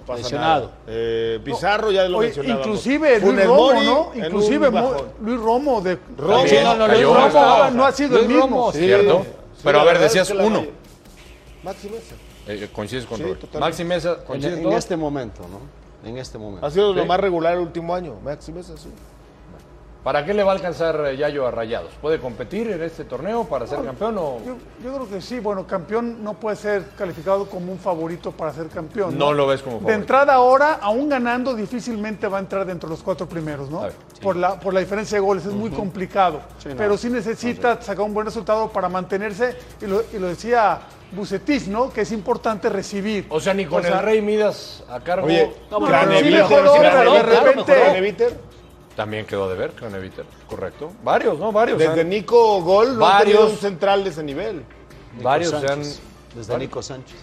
S6: no pasa
S8: Lesionado.
S6: nada. Eh, Pizarro ya lo
S10: Oye,
S6: mencionábamos.
S10: inclusive Luis
S6: Funes
S10: Romo,
S6: Mori
S10: ¿no?
S6: en un
S10: Inclusive Mo-
S6: bajón.
S10: Luis Romo de
S6: Romo,
S10: Sí, no, no, Luis
S5: cayó,
S10: Romo
S5: estaba-
S10: no ha sido el
S8: Luis
S10: mismo.
S8: Romo,
S6: Sí,
S5: ¿Cierto?
S6: sí,
S5: Pero
S6: la
S5: a ver,
S6: verdad es
S5: decías
S6: que la
S5: uno.
S6: mayoría- Maxi Mesa.
S5: Eh, coincides con
S6: Sí,
S5: Roberto.
S6: totalmente.
S5: Maxi Mesa,
S9: En,
S5: coincides
S9: en
S5: todos?
S9: este momento, ¿no? En este momento.
S6: Ha sido lo
S5: Sí.
S6: más regular el último año, Maxi Mesa, sí.
S5: ¿Para qué le va a alcanzar eh, Yayo a Rayados? ¿Puede competir en este torneo para ser campeón o
S10: Yo, yo creo que sí, bueno, campeón no puede ser calificado como un favorito para ser campeón.
S5: No lo ves como
S10: De
S5: favorito.
S10: entrada ahora, aún ganando, difícilmente va a entrar dentro de los cuatro primeros, ¿no?
S5: A ver, sí.
S10: por, la, por la diferencia de goles, es muy complicado. Pero sí necesita sacar un buen resultado para mantenerse, y lo, y lo decía Bucetich, ¿no? Que es importante recibir.
S5: O sea, ni con el
S10: sea,
S5: Rey Midas a cargo.
S6: Oye,
S10: No, pero
S6: Gran
S10: sí
S6: Eviter,
S10: mejoró,
S6: Gran
S10: pero de
S6: Eviter,
S10: repente-
S6: Gran Eviter.
S5: También quedó de ver, Craneviter. Correcto. Varios, ¿no? Varios.
S6: Desde
S5: han-
S6: Nico Gol no ha tenido
S5: Varios.
S6: un central de ese nivel.
S5: varios se han.
S9: Sánchez, Desde Nico Sánchez.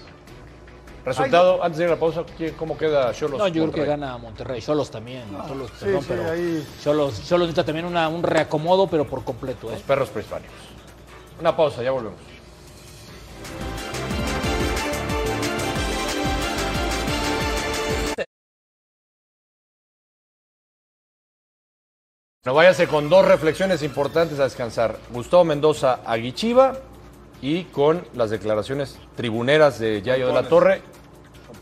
S5: Resultado, antes de ir a la pausa, ¿qué- ¿cómo queda Cholos?
S8: No, yo creo que
S5: Monterrey?
S8: gana Monterrey. Cholos también.
S9: Ah,
S8: Cholos,
S10: sí,
S8: perdón,
S10: sí,
S8: pero
S10: ahí.
S8: Cholos, Cholos necesita también una- un reacomodo, pero por completo. ¿eh?
S5: Los perros prehispánicos. Una pausa, ya volvemos. No váyase con dos reflexiones importantes a descansar. Gustavo Mendoza Aguichiva y con las declaraciones tribuneras de Yayo de la Torre.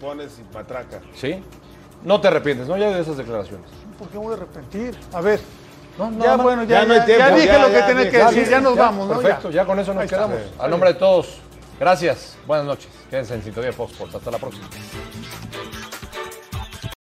S6: Pones y matraca.
S5: ¿Sí? No te arrepientes, ¿no? Ya de esas declaraciones.
S10: ¿Por qué me voy a arrepentir? A ver.
S5: no,
S10: ya,
S5: no.
S10: bueno,
S6: Ya
S10: ya,
S6: no hay
S10: ya-
S6: tiempo,
S10: ya dije
S6: ya,
S10: lo que
S6: ya,
S10: tenés
S6: ya,
S10: que
S6: ya,
S10: decir,
S6: ya,
S10: ya nos
S6: ya,
S10: vamos, ¿no?
S5: Perfecto, ya con eso nos
S10: Ahí está.
S5: quedamos. A nombre de todos, gracias. Buenas noches. Quédense en Sintonía Postport. Hasta la próxima.